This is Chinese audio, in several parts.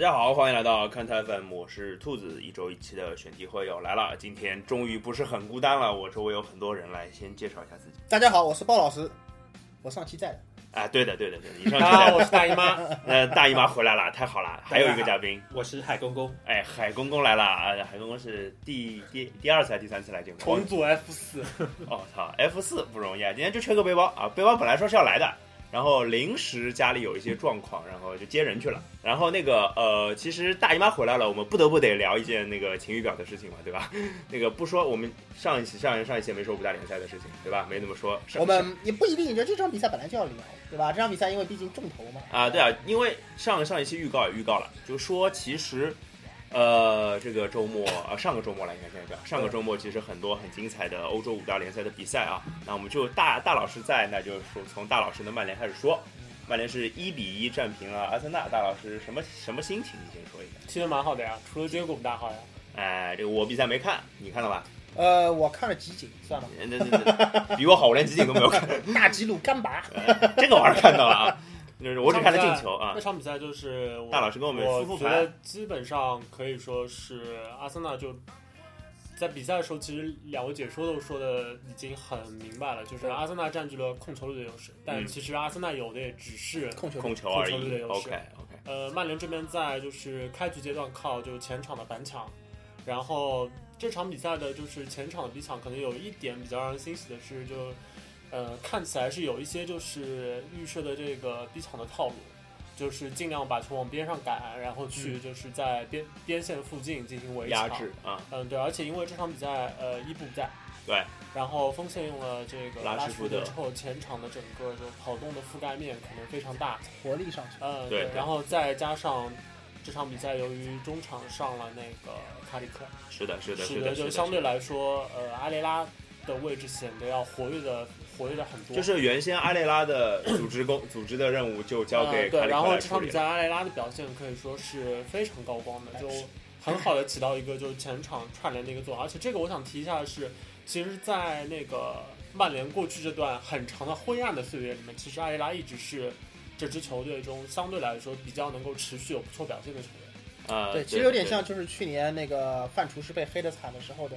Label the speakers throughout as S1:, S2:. S1: 家好，欢迎来到看台 FM，我是兔子。一周一期的选题会又来了，今天终于不是很孤单了，我周围有很多人来，先介绍一下自己。
S2: 大家好，我是鲍老师，我上期在的。
S1: 啊，对的，对的，对的，以上 是在
S3: 大家好，我是大姨妈，
S1: 呃大姨妈回来了，太好了，还有一个嘉宾，
S3: 我是海公公，
S1: 哎，海公公来了啊，海公公是第第第二次还是第三次来节目？
S3: 重组 F 四，
S1: 哦操，F 四不容易啊！今天就缺个背包啊，背包本来说是要来的，然后临时家里有一些状况，然后就接人去了。然后那个呃，其实大姨妈回来了，我们不得不得聊一件那个晴雨表的事情嘛，对吧？ 那个不说我们上一期上一上一期也没说五大联赛的事情，对吧？没怎么说。是
S2: 我们也不一定，就这场比赛本来就要聊，对吧？这场比赛因为毕竟重头嘛。
S1: 啊，对啊，因为上上一期预告也预告了，就说其实，呃，这个周末啊，上个周末来应该这样讲，上个周末其实很多很精彩的欧洲五大联赛的比赛啊，那我们就大大老师在，那就是说从大老师的曼联开始说，
S3: 嗯
S1: 曼联是一比一战平了阿森纳，大老师什么什么心情？你先说一下。
S3: 踢得蛮好的呀，除了结果不大好呀。
S1: 哎，这个我比赛没看，你看了吧？
S2: 呃，我看了集锦，算 了，
S1: 那那那比我好，我连集锦都没有看，
S2: 大吉鲁干拔，
S1: 哎这个玩意儿看到了啊，就是我只看了进球啊
S3: 那。场比赛就是我
S1: 大老师跟我们复复
S3: 我觉
S1: 盘
S3: 得基本上可以说是阿森纳就在比赛的时候，其实两位解说都说的已经很明白了，就是阿森纳占据了控球率的优势，但
S1: 嗯
S3: 其实阿森纳有的也只是
S2: 控球
S1: 控球而
S3: 控球
S1: 已
S3: 队。的优势
S1: OK OK。
S3: 呃，曼联这边在就是开局阶段靠就是前场的板抢，然后这场比赛的就是前场的逼抢，可能有一点比较让人欣喜的是就，呃看起来是有一些就是预设的这个逼抢的套路，就是尽量把球往边上赶，然后去就是在边边线附近进行围
S1: 嗯压
S3: 抢。
S1: 制啊，
S3: 嗯，对，而且因为这场比赛呃伊布不在，
S1: 对，
S3: 然后锋线用了这个
S1: 拉
S3: 拉
S1: 什
S3: 什
S1: 福
S3: 福
S1: 德
S3: 德之后，前场的整个就跑动的覆盖面可能非常大。
S2: 活力上去。
S3: 嗯，
S1: 对对
S3: 然后再加上这场比赛，由于中场上了那个卡里克，
S1: 是的，是的，
S3: 使
S1: 是的，
S3: 得
S1: 是
S3: 就
S1: 的
S3: 相对
S1: 是的
S3: 来说，呃，阿雷拉的位置显得要活跃的活跃的很多。
S1: 就是原先阿雷拉的组织工 组织的任务就交给
S2: 啊
S1: 卡
S3: 嗯对，
S1: 里
S3: 然
S1: 克
S3: 后
S1: 来
S3: 这
S1: 处
S3: 场
S1: 理了。
S3: 比赛阿雷拉的表现可以说是非常高光的，就很好的起到一个就是前场串联的一个作用。而且这个我想提一下的是，其实，在那个曼联过去这段很长的灰暗的岁月里面，其实阿雷拉一直是这支球队中相对来说比较能够持续有不错表现的球员。
S1: 啊，
S2: 对，其实有点像就是去年那个范厨师被黑的惨的时候的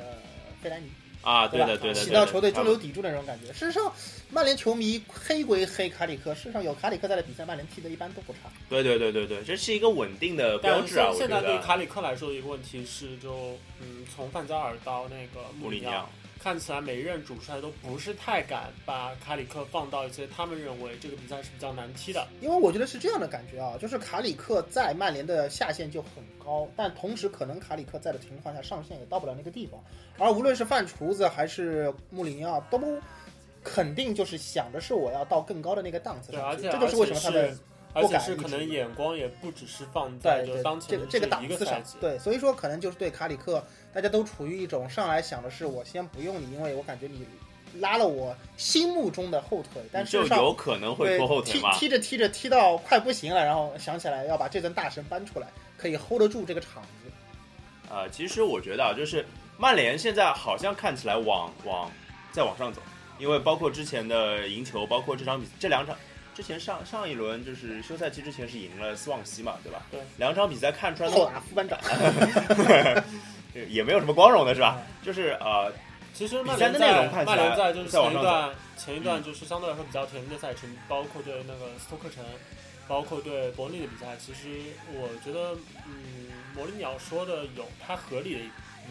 S2: 费莱尼，
S1: 啊，对
S2: 对吧？
S1: 的，对的，
S2: 起
S1: 对
S2: 到
S1: 的
S2: 球队
S1: 他
S2: 中
S1: 们
S2: 流砥柱的那种感觉。事实上，曼联球迷黑归黑卡里克，事实上有卡里克在的比赛，曼联踢的一般都不差。
S1: 对对对对对，这是一个稳定的标
S3: 但
S1: 志啊，我
S3: 现
S1: 觉
S3: 现在对于
S1: 得。
S3: 卡里克来说，一个问题是就，嗯，从范加尔到那个
S1: 穆
S3: 穆
S1: 里
S3: 里
S1: 尼
S3: 尼奥
S1: 奥，，嗯
S3: 看起来每一任主帅都不是太敢把卡里克放到一些他们认为这个比赛是比较难踢的。
S2: 因为我觉得是这样的感觉啊，就是卡里克在曼联的下限就很高，但同时可能卡里克在的情况下上限也到不了那个地方。而无论是范厨子还是穆里尼奥，都肯定就是想着是我要到更高的那个档次
S3: 对，
S2: 上
S3: 而
S2: 去，
S3: 且
S2: 这就是为什么他
S3: 而且
S2: 们
S3: 是而
S2: 不
S3: 且
S2: 敢
S3: 是
S2: 一
S3: 可
S2: 直
S3: 能眼光也不只是放在
S2: 在
S3: 就当前
S2: 这
S3: 的
S2: 个这个
S3: 一
S2: 档
S3: 个
S2: 次
S3: 赛
S2: 上
S3: 季，。
S2: 对，所以说可能就是对卡里克，大家都处于一种上来想的是我先不用你，因为我感觉你拉了我心目中的后腿，但事
S1: 就
S2: 实上
S1: 有可能会
S2: 对，
S1: 拖后腿嘛。
S2: 踢踢着踢着踢到快不行了，然后想起来要把这尊大神搬出来，可以 hold 得住这个场子。
S1: 呃，其实我觉得啊，就是曼联现在好像看起来往往再往上走，因为包括之前的赢球，包括这场比这两场，之前上上一轮就是休赛期之前是赢了斯旺西嘛，对吧？
S3: 对，
S1: 两场比赛看出来
S2: 后打副班长，
S1: 也没有什么光荣的是吧？就是呃，
S3: 其实
S1: 比
S3: 曼
S1: 赛
S3: 联
S1: 的
S3: 在
S1: 内容看起
S3: 曼
S1: 来
S3: 联在就是
S1: 再往
S3: 前
S1: 上
S3: 一
S1: 嗯
S3: 段前一段就是相对来说比较甜蜜的赛程，包括对那个斯托克城，包括对伯利的比赛，其实我觉得，嗯，摩里鸟说的有他合理的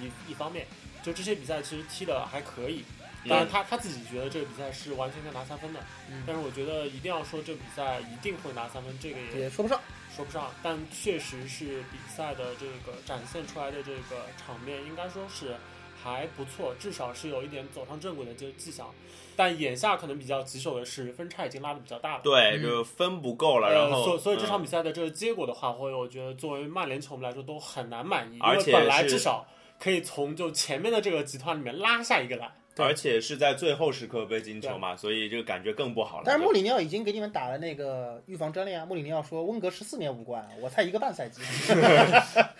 S3: 一一方面，就这些比赛其实踢的还可以，当然
S1: 嗯
S3: 他他自己觉得这个比赛是完全该拿三分的，但是我觉得一定要说这个比赛一定会拿三分，这个也
S2: 也说不上。
S3: 说不上，但确实是比赛的这个展现出来的这个场面，应该说是还不错，至少是有一点走上正轨的这个迹象。但眼下可能比较棘手的是分差已经拉的比较大了。
S1: 对，
S2: 嗯
S1: 就分不够了，然
S3: 呃，
S1: 后
S3: 所所以这场
S1: 嗯
S3: 比赛的这个结果的话，会我觉得作为曼联球迷来说都很难满意，因
S1: 而且
S3: 为本来
S1: 是
S3: 至少可以从就前面的这个集团里面拉下一个来。
S2: 对
S1: 而且是在最后时刻被进球嘛，所以这个感觉更不好了。
S2: 但是
S1: 就
S2: 穆里尼奥已经给你们打了那个预防针了呀。穆里尼奥说，温格十四年无冠，我才一个半 赛季。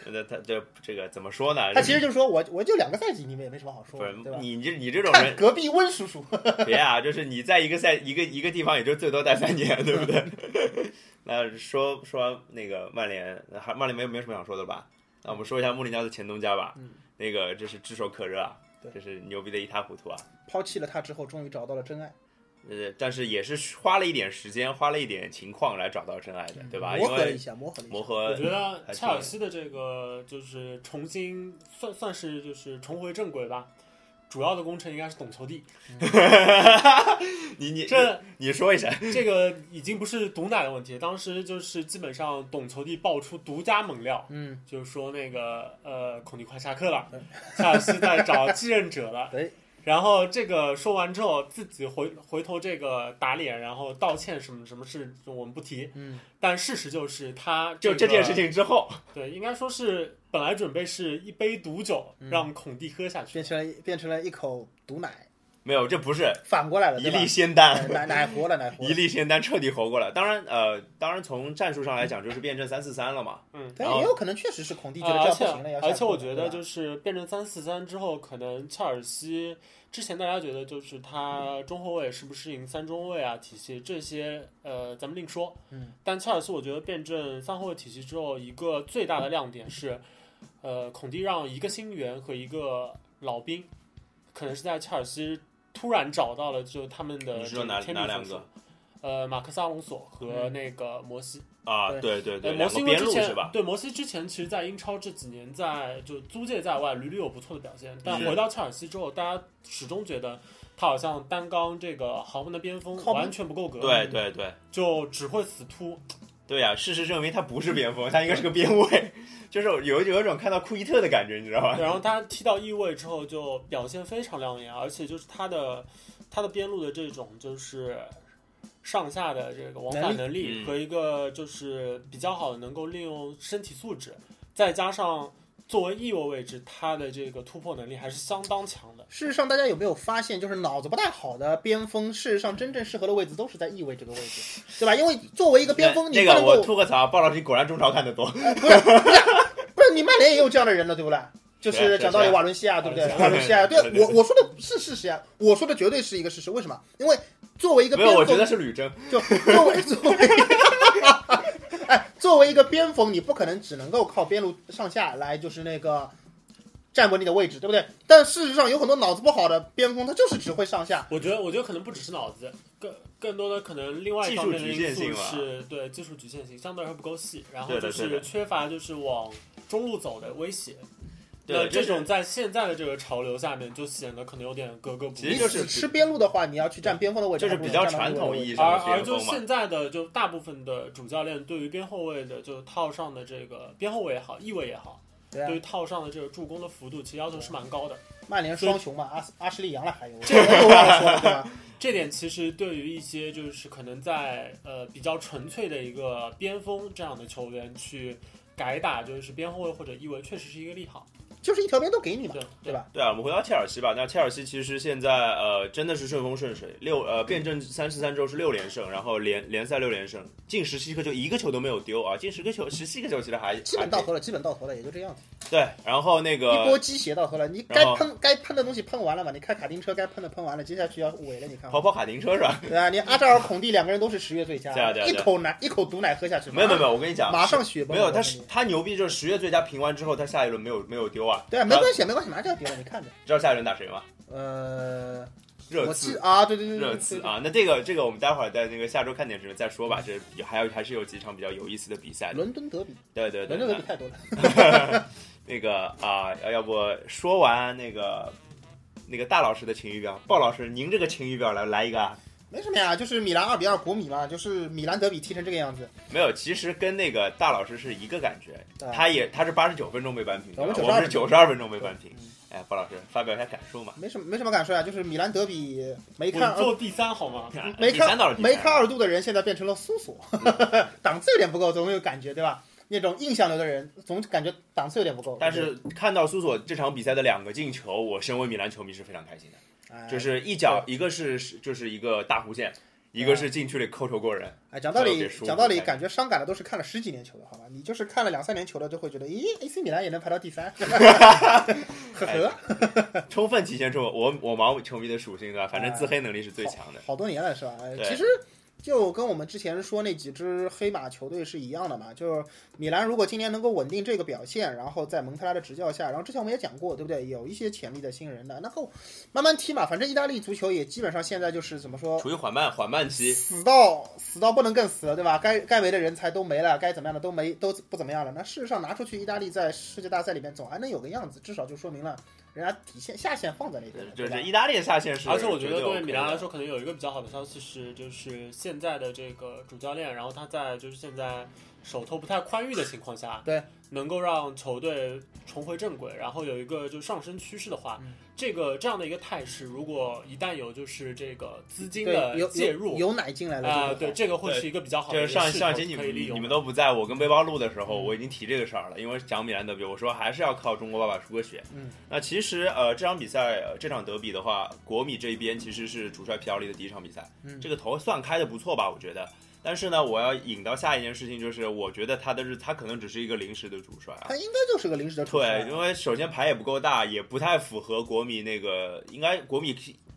S1: 那他这这个怎么说呢？
S2: 他其实就说我我就两个赛季，你们也没什么好说
S1: 不
S2: 的
S1: 是，
S2: 对吧？
S1: 你这你这种
S2: 看
S1: 人
S2: 隔壁温叔 叔，
S1: 别啊，就是你在一个赛一个一个地方，也就最多待三年，对不对？ 那说说完那个曼联，还曼联没有没有什么想说的吧？那我们说一下穆里尼奥的前东家吧。
S2: 嗯
S1: 那个这是炙手可热啊
S2: 对，
S1: 这是牛逼的一塌糊涂啊。
S2: 抛弃了他之后，终于找到了真爱。
S1: 呃，但是也是花了一点时间，花了一点情况来找到真爱的，对吧？
S2: 磨
S1: 因
S2: 合了一
S1: 为
S2: 下，磨合了一下。
S1: 磨合
S3: 我觉得
S1: 呃还
S3: 切尔西的这个就是重新算算是就是重回正轨吧，主要的功臣应该是懂球帝，
S1: 你你
S3: 这
S1: 你说一声，
S3: 这个已经不是毒奶的问题，当时就是基本上懂球帝爆出独家猛料，
S2: 嗯，
S3: 就是说那个呃，孔蒂快下课了，切尔西在找继任者 了。
S1: 哎
S2: 对，
S3: 然后这个说完之后，自己回回头这个打脸，然后道歉什么什么事我们不提。
S2: 嗯，
S3: 但事实就是他、
S1: 就
S3: 这
S1: 这
S3: 个
S1: 件事，情之后，
S3: 对，应该说是本来准备是一杯毒酒、
S2: 嗯
S3: 让孔蒂喝下去
S2: 变，成了变成了一口毒奶，
S1: 没有，这不是
S2: 反过来了，
S1: 一
S2: 对吧
S1: 粒？仙
S2: 哎
S1: 丹，
S2: 奶奶活了，奶活
S1: 一
S2: 了。
S1: 粒仙丹彻底活过来。当然，呃，当然从战术上来讲，就是变成三四三了嘛。
S2: 但
S1: 然后
S2: 也有可能确实是孔蒂觉得
S3: 啊
S2: 这
S3: 而
S2: 样不
S3: 且
S2: 行了，要下
S3: 而且
S2: 课
S3: 我
S2: 了
S3: 觉
S2: 对
S3: 得
S2: 吧
S3: 就是变成三四三之后，可能切尔西之前大家觉得就是他中后卫是不是赢三中卫啊体系这些呃咱们另说，
S2: 嗯，
S3: 但切尔西我觉得变阵三后卫体系之后，一个最大的亮点是，呃，孔蒂让一个新援和一个老兵，可能是在切尔西突然找到了就他们的
S1: 你
S3: 这
S1: 说
S3: 个
S1: 哪
S3: 天
S1: 哪
S3: 命
S1: 两
S3: 之
S1: 个
S3: 手。呃，马克萨隆索
S2: 嗯
S3: 和那个摩西，
S1: 啊？
S2: 对
S1: 对对对，
S3: 呃，摩
S1: 两个
S3: 西因为
S1: 边
S3: 之
S1: 路
S3: 前
S1: 是吧？
S3: 对摩西之前，其实，在英超这几年在就租借在外屡屡有不错的表现，但
S1: 是
S3: 回到切尔西之后，大家始终觉得他好像单刚这个豪门的边锋
S2: 靠不
S3: 完全不够格，
S1: 对，对对
S3: 就只会死突。
S1: 对呀、事实证明他不是边锋，他应该是个边卫， 就是有有一种看到库伊特的感觉，你知道 吧？
S3: 然后他踢到翼位之后，就表现非常亮眼，而且就是他的他的边路的这种就是。上下的这个往返能
S1: 能力
S3: 力
S1: 嗯
S3: 和一个就是比较好的能够利用身体素质，再加上作为翼位位置，他的这个突破能力还是相当强的。
S2: 事实上，大家有没有发现，就是脑子不太好的边锋，事实上真正适合的位置都是在翼位这个位 置，对吧？因为作为一个边锋，你
S1: 那
S2: 不
S1: 那个
S2: 能
S1: 我
S2: 够
S1: 吐个槽，鲍老师果然中超看得多。
S2: 不是你曼联也有这样的人了，对不对？就是讲道理，
S1: 是啊
S2: 瓦伦西亚，对不对？瓦
S1: 瓦
S2: 伦
S1: 伦
S2: 西
S1: 西
S2: 亚，
S1: 亚
S2: 对
S1: 对对
S2: 我我说的是事实呀，啊我说的绝对是一个事实。为什么？因为作为一个
S1: 没
S2: 边
S1: 有，我
S2: 锋，
S1: 觉得是吕征。
S2: 就作为作为， 哎，作为一个边锋，你不可能只能够靠边路上下来，就是那个站稳你的位置，对不对？但事实上，有很多脑子不好的边锋，他就是只会上下。
S3: 我觉得，我觉得可能不只是脑子，更更多的可能另外一方面的
S1: 技术局限
S3: 因
S1: 性
S3: 素
S1: 吧
S3: 是对技术局限性，相对来说不够细，然后
S1: 对的
S3: 就
S1: 对
S3: 是
S1: 的
S3: 缺乏就是往中路走的威胁。
S1: 对
S3: 那
S1: 这
S3: 这
S1: 是
S3: 种在现在的这个潮流下面，就显得可能有点格格不
S1: 其实
S3: 入
S2: 你。
S1: 就是
S2: 只吃边路的话，你要去站边锋的位置，
S1: 就是比较传统意义上
S3: 而
S1: 的
S3: 而
S1: 边
S3: 就
S1: 锋嘛。
S3: 现在的就大部分的主教练对于边后卫的就套上的这个边后卫也好，翼卫也好，
S2: 对啊
S3: 对于，套上的这个助攻的幅度，其实要求是蛮高的。
S2: 曼联双雄嘛，阿斯阿什利杨了， 还有这个都忘了说了，对吧？
S3: 这点其实对于一些就是可能在呃比较纯粹的一个边锋这样的球员去改打就是边后卫或者翼卫，确实是一个利好，
S2: 就是一条边都给你嘛
S3: 对，
S2: 对吧？
S1: 对啊，我们回到切尔西吧。那切尔西其实现在呃真的是顺风顺水，六呃变阵三十三周是六连胜，然后联联赛六连胜，进十七个球一个球都没有丢啊，进十个球十七个球其实还
S2: 基本到
S1: 还
S2: 头了，基本到头了，也就这样子。
S1: 对，然后那
S2: 一波
S1: 个
S2: 鸡血到头了，你该
S1: 呃然后
S2: 喷该喷的东西喷完了嘛？你开卡丁车该喷的喷完了，接下去要尾了，你看。
S1: 跑跑卡丁车是吧？
S2: 对啊，你阿扎尔、孔蒂两个人都是十月最佳
S1: 对啊对，啊
S2: 一
S1: 对啊
S2: 口奶一口毒奶喝下去，
S1: 没有没有没
S2: 有，
S1: 有，我跟你讲，
S2: 马上雪崩
S1: 没
S2: 了。
S1: 有，
S2: 我告
S1: 他
S2: 诉
S1: 是
S2: 你
S1: 他牛逼就是十月最佳评完之后，他下一轮没有没有丢啊。
S2: 对啊，没关系，没关系，马上就要丢了，你看着。
S1: 知道下一轮打谁吗？
S2: 呃，
S1: 热
S2: 我记
S1: 刺。
S2: 啊，对对对对，
S1: 热
S2: 对
S1: 刺
S2: 对
S1: 啊，那这个这个我们待会儿在那个下周看点时候再说吧，这有还有还是有几场比较有意思的比赛的。
S2: 伦敦德比，
S1: 对啊对对，
S2: 伦敦德
S1: 那
S2: 比太多了。
S1: 那个啊，要要不说完那个那个大老师的晴雨表，鲍老师您这个晴雨表来来一个啊？
S2: 没什么呀，就是米兰二比二国米嘛，就是米兰德比踢成这个样子，
S1: 没有，其实跟那个大老师是一个感觉，
S2: 对吧啊
S1: 他也他是八十九分钟被扳平，
S2: 我们
S1: 对吧我们是九十二分钟被扳平
S2: 嗯。
S1: 哎，鲍老师发表一下感受嘛？
S2: 没什么没什么敢说啊，就是米兰德比没看
S3: 稳
S2: 二
S3: 坐第三好吗？
S2: 没
S1: 啊第三到
S2: 看
S1: 了第三
S2: 没看二度的人，现在变成了苏索， 档次有点不够，总有感觉对吧？那种印象流的人，总感觉档次有点不够。
S1: 但是看到苏索这场比赛的两个进球，我身为米兰球迷是非常开心的。
S2: 哎
S1: 就是一脚，一个是就是一个大弧线，一个是禁区里扣球过人。
S2: 哎，讲道理
S1: 特别，舒服
S2: 讲道理，
S1: 感觉
S2: 感觉伤感的都是看了十几年球的，好吧？你就是看了两三年球的，就会觉得，咦，AC 米兰也能排到第三，呵呵，
S1: 充分体现出我我盲球迷的属性，对吧？反正
S2: 哎
S1: 自黑能力是最强的。
S2: 好多年了是吧？哎
S1: 对
S2: 其实就跟我们之前说那几支黑马球队是一样的嘛，就是米兰如果今年能够稳定这个表现，然后在蒙特拉的执教下，然后之前我们也讲过，对不对？有一些潜力的新人的，那够慢慢踢嘛。反正意大利足球也基本上现在就是怎么说，
S1: 处于缓慢缓慢期，
S2: 死到死到不能更死了，对吧？该该没的人才都没了，该怎么样的都没都不怎么样了。那事实上拿出去，意大利在世界大赛里面总还能有个样子，至少就说明了人家底线下线放在那边了，
S1: 就
S2: 对吧
S1: 是意大利的下线是。
S3: 而且我觉得对于
S1: OK
S3: 米兰来
S1: 的
S3: 说，可能有一个比较好的消息是，就是现在的这个主教练，然后他在就是现在手头不太宽裕的情况下，
S2: 对，
S3: 能够让球队重回正轨，然后有一个就上升趋势的话，
S2: 嗯
S3: 这个这样的一个态势，如果一旦有就是这个资金
S2: 对
S3: 的
S2: 有
S3: 介入
S2: 有有奶进来了
S3: 啊、
S2: 这个
S3: 对，这个会
S1: 对
S3: 是一个比较好的
S1: 就
S3: 一
S1: 是
S3: 个
S1: 上
S3: 势
S1: 上
S3: 头
S1: 期你
S3: 可
S1: 们
S3: 以利用
S1: 你们
S3: 的
S1: 都不在，我跟背包录的时候，我已经提这个事儿了，因为讲米兰德比，我说还是要靠中国爸爸出个血。
S2: 嗯，
S1: 那其实呃，这场比赛、呃、这场德比的话，国米这一边其实是主帅皮奥利的第一场比赛，
S2: 嗯
S1: 这个头算开的不错吧，我觉得。但是呢，我要引到下一件事情，就是我觉得他的日他可能只是一个临时的主帅啊，
S2: 他应该就是个临时的啊主帅
S1: 对，因为首先牌也不够大，也不太符合国米那个，应该国米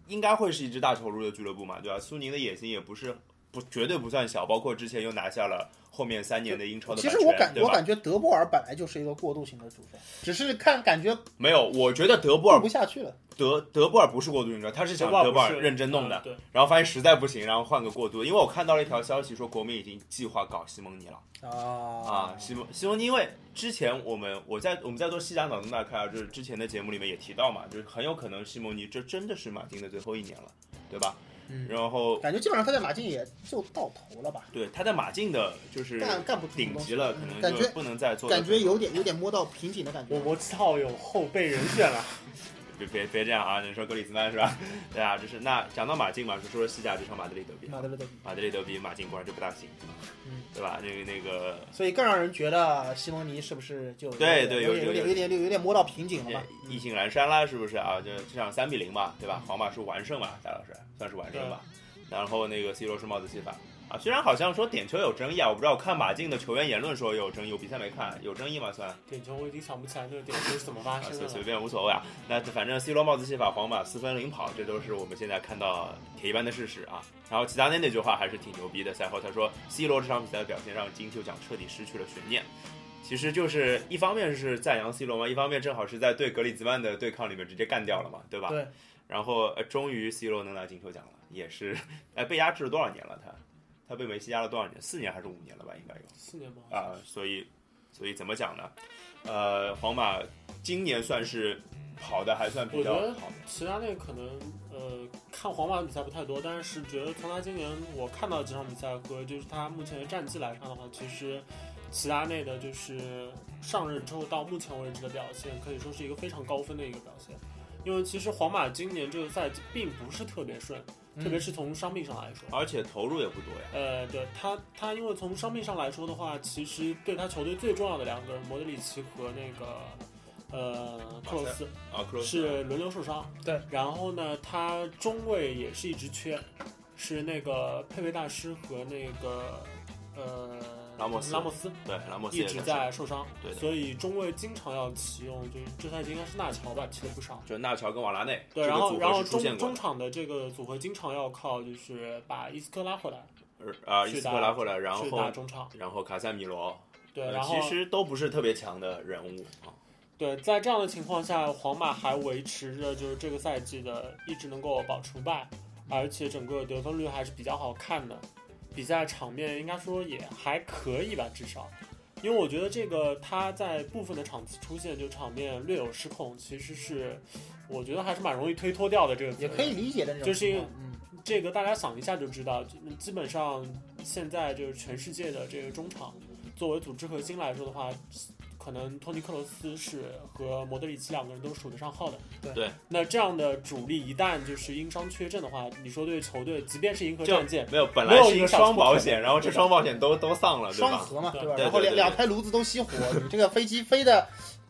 S1: 应该会是一支大投入的俱乐部嘛，对吧？苏宁的野心也不是不绝对不算小，包括之前又拿下了后面三年的英超的
S2: 其
S1: 版
S2: 实
S1: 权，
S2: 我感
S1: 对
S2: 我
S1: 吧？
S2: 感觉德布尔本来就是一个过渡型的主帅，只是看感觉
S1: 没有，我觉得德布
S2: 过
S1: 尔
S2: 不下去了。
S1: 德德布尔不是过渡英超，他是想德布
S3: 不
S1: 尔
S3: 是
S1: 认真弄的
S3: 嗯，对，
S1: 然后发现实在不行，然后换个过渡。因为我看到了一条消息说，国米已经计划搞西蒙尼了。啊
S2: 啊，
S1: 西蒙西蒙尼，因为之前我们我在我们在做西甲脑洞大开啊，就是之前的节目里面也提到嘛，就是很有可能西蒙尼这真的是马丁的最后一年了，对吧？
S2: 嗯
S1: 然后
S2: 感觉基本上他在马竞也就到头了吧，
S1: 对他在马竞的就是
S2: 干干不出什么
S1: 顶
S2: 东西
S1: 级了，
S2: 嗯
S1: 可
S2: 感
S1: 能
S2: 觉
S1: 就不能再做得
S2: 感
S1: 更好，
S2: 觉有点有点摸到瓶颈的感觉。
S3: 我我知道有后备人选了，
S1: 别别别这样啊！你说格里兹曼是吧？ 对啊，就是那讲到马竞嘛，就说西甲这场马德里德比，
S2: 马德里德比，
S1: 马德里德比马竞果然就不大行，
S2: 嗯
S1: 对吧？那个那个
S2: 所以更让人觉得西蒙尼是不是就有
S1: 对
S2: 点
S1: 对
S2: 有
S1: 有
S2: 点有
S1: 有
S2: 点有点有点摸到瓶颈了嘛？嗯
S1: 意兴阑珊啦，是不是啊？就这场三比零嘛，对吧？皇马是完胜嘛，贾老师算是完胜吧。然后那个 C 罗是帽子戏法啊，虽然好像说点球有争议啊，我不知道。我看马竞的球员言论说有争议，我比赛没看，有争议吗？算啊，
S3: 点球我已经想不起来那个点球是怎么发生的
S1: 随
S3: 了
S1: 随。便无所谓啊。那反正 C 罗帽子戏法，皇马四分领跑，这都是我们现在看到铁一般的事实啊。然后齐达内那句话还是挺牛逼的，赛后他说 C 罗这场比赛的表现让金球奖彻底失去了悬念。其实就是一方面是赞扬 C 罗嘛，一方面正好是在对格里兹曼的对抗里面直接干掉了嘛，对吧？
S2: 对。
S1: 然后呃，终于 C 罗能拿金球奖了，也是， 哎，被压制了多少年了？他，他被梅西压了多少年？四年还是五年了吧？应该有。
S3: 四年吗？
S1: 啊、所以，所以怎么讲呢？呃，皇马今年算是跑的还算比较
S3: 我觉得
S1: 好的，
S3: 其他那可能呃看皇马的比赛不太多，但是觉得从他今年我看到几场比赛和就是他目前的战绩来看的话，其实齐达内的就是上任之后到目前为止的表现，可以说是一个非常高分的一个表现。因为其实皇马今年这个赛季并不是特别顺，
S2: 嗯
S3: 特别是从伤病上来说。
S1: 而且投入也不多呀。
S3: 呃，对他，他因为从伤病上来说的话，其实对他球队最重要的两个人，莫德里奇和那个呃克罗斯，
S1: 啊，克罗斯
S3: 是轮流受伤。
S2: 对，
S3: 然后呢，他中卫也是一直缺，是那个佩佩大师和那个呃
S1: 拉莫斯
S3: 拉莫斯
S1: 对拉莫斯
S3: 一
S1: 也
S3: 直
S1: 是
S3: 在受伤，
S1: 对的
S3: 所以中卫经常要启用，就是这赛季应该是纳乔吧，踢了不少。
S1: 就纳乔跟瓦拉内
S3: 对，
S1: 这
S3: 然
S1: 个
S3: 后
S1: 组
S3: 然
S1: 合
S3: 后
S1: 是出
S3: 中
S1: 现过
S3: 中
S1: 的，
S3: 场的这个组合经常要靠就是把伊斯科拉回来
S1: 呃啊，伊
S3: 去
S1: 斯
S3: 打
S1: 科拉回来，然
S3: 去打
S1: 后
S3: 中场，
S1: 然后卡塞米罗，
S3: 对，
S1: 呃
S3: 然后
S1: 其实都不是特别强的人物啊。
S3: 对，在这样的情况下，皇马还维持着就是这个赛季的一直能够保持不败，而且整个得分率还是比较好看的，比赛场面应该说也还可以吧，至少。因为我觉得这个他在部分的场次出现就场面略有失控，其实是我觉得还是蛮容易推脱掉的这个责
S2: 也
S3: 任。
S2: 可以理解的那种情况，
S3: 就是因为
S1: 啊
S2: 嗯
S3: 这个大家想一下就知道，基本上现在就是全世界的这个中场，作为组织核心来说的话，可能托尼克罗斯是和莫德里奇两个人都数得上号的。
S2: 对
S1: 对
S3: 那这样的主力一旦就是因伤缺阵的话，你说对球队，即便是银河战舰，
S1: 没有，本
S3: 没
S1: 来
S3: 有
S1: 是
S3: 一
S1: 一
S3: 个
S1: 个
S3: 小
S1: 双
S3: 错
S1: 保
S3: 的
S1: 险，然后这
S3: 对吧
S1: 双保险都都丧了，对
S2: 双
S1: 吧？
S2: 核嘛，
S3: 对
S2: 吧？
S1: 对
S2: 然后
S1: 对
S2: 两
S1: 对
S2: 两台炉子都熄火，你这个飞机飞的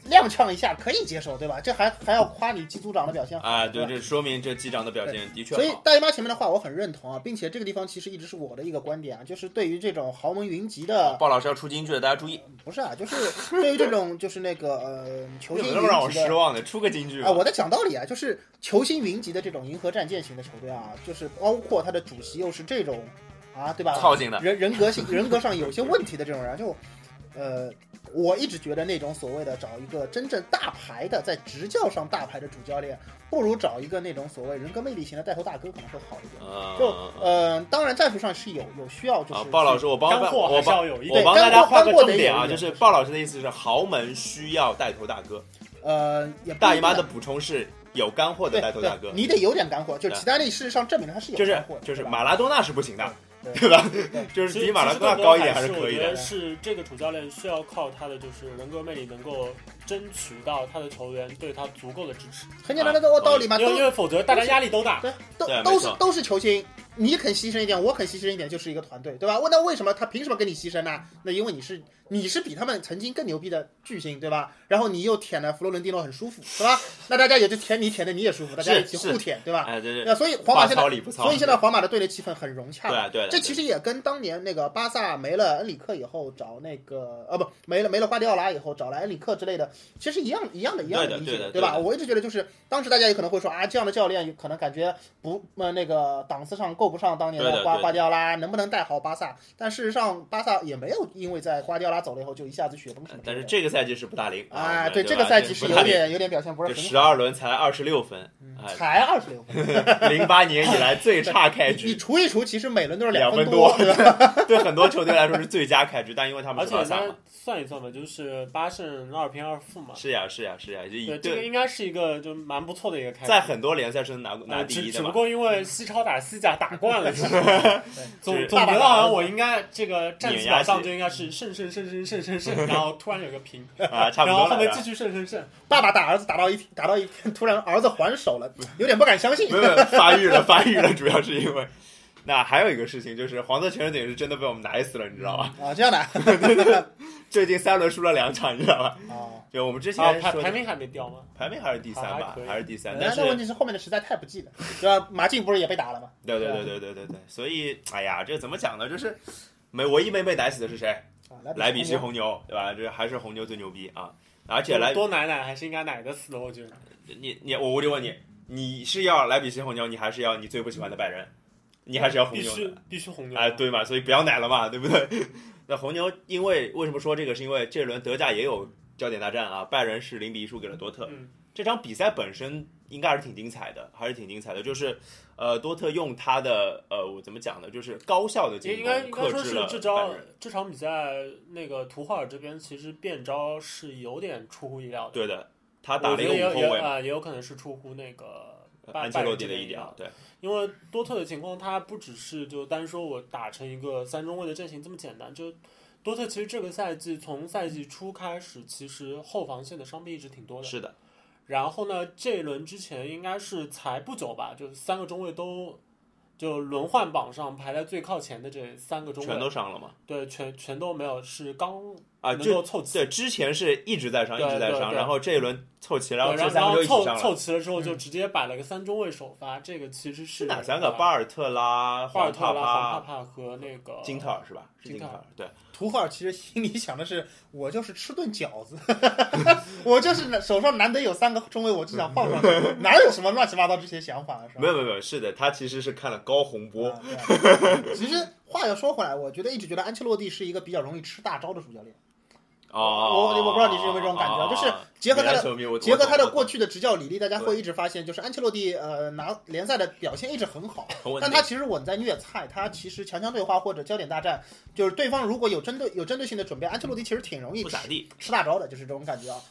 S2: 踉跄一下可以接受，对吧？这还还要夸你季组长的表现好。
S1: 啊，对，
S2: 对
S1: 这说明这机长的表现的确
S2: 所以
S1: 好。
S2: 大姨妈前面的话我很认同啊，并且这个地方其实一直是我的一个观点啊，就是对于这种豪门云集
S3: 呃
S2: 的，
S1: 鲍老师要出金句了，大家注意，
S2: 不是啊，就是对于这种就是那个呃球
S1: 怎
S2: 星
S1: 么
S2: 云
S1: 那么让我
S2: 集的
S1: 失望呢？出个金句吧
S2: 啊，我在讲道理啊，就是球星云集的这种银河战舰型的球队啊，就是包括他的主席又是这种啊，对吧？
S1: 操劲的，
S2: 人人格性人格上有些问题的这种人啊，就呃，我一直觉得那种所谓的找一个真正大牌的在执教上大牌的主教练，不如找一个那种所谓人格魅力型的带头大哥可能会好一点。就
S1: 嗯。
S2: 呃，当然战术上是有有需要，就是
S1: 啊，鲍老师，我帮
S3: 干
S1: 帮
S3: 货
S1: 我
S3: 还是
S1: 帮
S3: 要有一
S1: 我
S2: 对
S3: 点。
S1: 帮
S2: 干
S1: 大家
S2: 货
S1: 画个
S2: 干货得
S1: 重点啊，
S2: 有一
S1: 就
S2: 点
S1: 是鲍老师的意思是豪门需要带头大哥，
S2: 呃也不一定啊
S1: 大姨妈的补充是有干货的
S2: 对
S1: 带头大哥
S2: 对，你得有点干货，就
S1: 对
S2: 齐达内事实上证明了他是有
S1: 就是
S2: 干货的，
S1: 就是
S2: 对吧
S1: 马拉多纳是不行的，
S2: 对
S1: 对吧
S2: 对？
S1: 就是
S3: 其实
S1: 比马拉
S3: 其实
S1: 多纳
S3: 更
S1: 高一
S3: 多
S1: 点还
S3: 还
S1: 是可以
S3: 我觉得
S1: 的。
S3: 是这个主教练需要靠他的就是人格魅力，能够争取到他的球员对他足够的支持，
S2: 很简单的哦道道理嘛，
S3: 因
S2: 啊
S3: 为
S2: 都
S3: 因为否则大家压力都大。
S2: 对，都
S1: 啊对没
S2: 都是
S1: 错
S2: 都是球星，你肯牺牲一点，我肯牺牲一点，就是一个团队，对吧？问那为什么他凭什么跟你牺牲呢？那因为你是你是比他们曾经更牛逼的巨星，对吧？然后你又舔了弗洛伦蒂诺很舒服，对吧？那大家也就舔你舔的你也舒服，大家
S1: 是
S2: 一起
S1: 是
S2: 互舔，对吧？
S1: 哎，对对，
S2: 那所以皇马
S1: 话
S2: 现在
S1: 糙，理不糙。
S2: 所以现在皇马的队内气氛很融洽
S1: 对
S2: 嘛。
S1: 啊对的，
S2: 这其实也跟当年那个巴萨没了恩里克以后找那个啊不没了没了瓜迪奥拉以后找来恩里克之类的，其实一样一样的一样
S1: 对的
S2: 理
S1: 对
S2: 解，
S1: 的
S2: 吧？
S1: 对的
S2: 我一直觉得就是当时大家也可能会说啊，这样的教练可能感觉不呃那个档次上够不上当年
S1: 对
S2: 的
S1: 的
S2: 瓜
S1: 对的
S2: 瓜迪奥拉，能不能带好巴萨？但事实上巴萨也没有因为在瓜迪奥拉走了以后就一下子雪崩什么之
S1: 啊但
S2: 类
S1: 是
S2: 的。
S1: 这个赛季是不大灵
S2: 啊，
S1: 对吧
S2: 对这个赛季是
S1: 不大
S2: 有
S1: 灵
S2: 点有点表嗯现不是
S1: 就
S2: 很
S1: 十
S2: 好，
S1: 二轮才二十六分，哎，
S2: 才二十六 分，
S1: 零八年以来最差开
S2: 你
S1: 局，
S2: 除一除，其实每轮都是
S1: 两
S2: 分
S1: 分多
S2: 对吧？
S1: 对很多球队来说是最佳开局，但因为他们
S3: 而
S1: 是
S3: 且
S1: 巴
S3: 人
S1: 萨
S3: 家
S1: 嘛，
S3: 算一算吧，就是八胜二平二负嘛。
S1: 是呀是呀是呀，就一
S3: 啊对，这个
S1: 对，
S3: 应该是一个就蛮不错的一个开始。
S1: 在很多联赛是拿拿
S3: 呃，
S1: 第一
S3: 只
S1: 的
S3: 只不
S1: 嘛，
S3: 过因为西超打西甲打惯了，
S1: 就是
S3: 总总觉得好像我应该这个战绩表上就应该是胜胜胜胜胜胜胜，然后突然有个平，
S1: 啊，差不
S3: 然
S1: 多了
S3: 后后面
S1: 是吧
S3: 继续胜胜胜，
S2: 爸爸打儿子打到一打到一天，突然儿子还手了，有点不敢相信
S1: 嗯没。有没有发育了，发育了，主要是因为。那还有一个事情就是黄色潜水艇是真的被我们奶死了，你知道吧？
S2: 啊，这样的啊
S3: 嗯
S1: 最近三轮输了两场，你知道吧？就我们之
S3: 然后
S1: 前
S3: 排
S1: 说
S3: 啊排
S1: 的
S3: 名还没掉吗？
S1: 排名还是第三
S3: 还
S1: 吧
S3: 可，以
S1: 还是第三，但
S2: 但
S1: 是
S2: 是问题是后面的实在太不济了，对吧？马竞不是也被打了吗？
S1: 对对
S2: 对
S1: 对
S2: 吧
S1: 对对对对，所以哎呀，这怎么讲呢？就是没唯一没被逮死的是谁？
S2: 啊，
S1: 莱比
S2: 比
S1: 锡
S2: 锡
S1: 红牛，对吧？这还是红牛最牛逼啊！而且莱，
S3: 多奶奶还是应该奶的死的，我觉得。
S1: 你你我我就问你，你是要莱比锡红牛，你还是要你最不喜欢的拜仁？你还是要红
S3: 必
S1: 牛的
S3: 须必须红牛
S1: 哎，，对嘛，所以不要奶了嘛，对不对？ 那红牛因为为什么说这个？是因为这轮德甲也有焦点大战啊，拜仁是零比一输给了多特。
S3: 嗯
S1: 这场比赛本身应该还是挺精彩的，还是挺精彩的。就是呃，多特用他的呃，我怎么讲呢？就是高效的
S3: 也
S1: 进
S3: 应该
S1: 攻克
S3: 应该说
S1: 制
S3: 是
S1: 了
S3: 这
S1: 拜
S3: 招
S1: 仁。
S3: 这场比赛那个图赫尔这边其实变招是有点出乎意料的，
S1: 对的，他打
S3: 我
S1: 了一
S3: 觉
S1: 个
S3: 得也
S1: 五
S3: 也
S1: 后卫嘛，呃
S3: 啊也有可能是出乎那个拜
S1: 安切洛蒂的
S3: 拜仁这边
S1: 一点啊
S3: 意料，
S1: 对。
S3: 啊因为多特的情况，他不只是就单说我打成一个三中卫的阵型这么简单。就多特其实这个赛季从赛季初开始，其实后防线的伤病一直挺多的。
S1: 是的，
S3: 然后呢，这一轮之前应该是才不久吧，就是三个中卫都就轮换榜上排在最靠前的这三个中
S1: 全
S3: 卫，
S1: 都伤了嘛？
S3: 对，全全都没有，是刚
S1: 啊，
S3: 能
S1: 就
S3: 够凑齐。
S1: 对，之前是一直在伤，一
S3: 对
S1: 直在
S3: 对
S1: 伤，
S3: 对
S1: 然后这一轮凑齐，然后
S3: 对然
S1: 这
S3: 后
S1: 三
S3: 然
S1: 个
S3: 后
S1: 就一起
S3: 凑
S1: 伤了。
S3: 凑齐了之后，就直接摆了个三中卫首发，这个其实
S1: 是
S3: 是
S1: 哪三个？巴
S3: 巴
S1: 尔特拉、
S3: 巴尔
S1: 黄
S3: 特
S1: 帕
S3: 拉、黄
S1: 帕、
S3: 帕帕和那个
S1: 金特尔是吧？是
S3: 金
S1: 金
S3: 特尔
S1: 尔，对，
S2: 图赫尔其实心里想的是，我就是吃顿饺子， 我就是手上难得有三个中卫，我就想 放上去，哪有什么乱七八糟这些想法啊？是吧？
S1: 没有没有没有，是的，他其实是看了高洪波，
S2: 啊 对啊其实话又说回来，我觉得一直觉得安切洛蒂是一个比较容易吃大招的主教练。
S1: 哦，
S2: 我我不知道你是有没有这种感觉，啊就是结合他的
S1: 的
S2: 结合他的过
S1: 去，
S2: 去的执教履历，大家会一直发现，就是安切洛蒂呃拿联赛的表现一直很好，
S1: 很稳
S2: 但
S1: 定
S2: 他其实稳在虐菜，他其实强强对话或者焦点大战，就是对方如果有针对有针对性的准备，安切洛蒂其实挺容易
S1: 不
S2: 吃
S1: 咋地，
S2: 吃大招的，就是这种感觉 啊。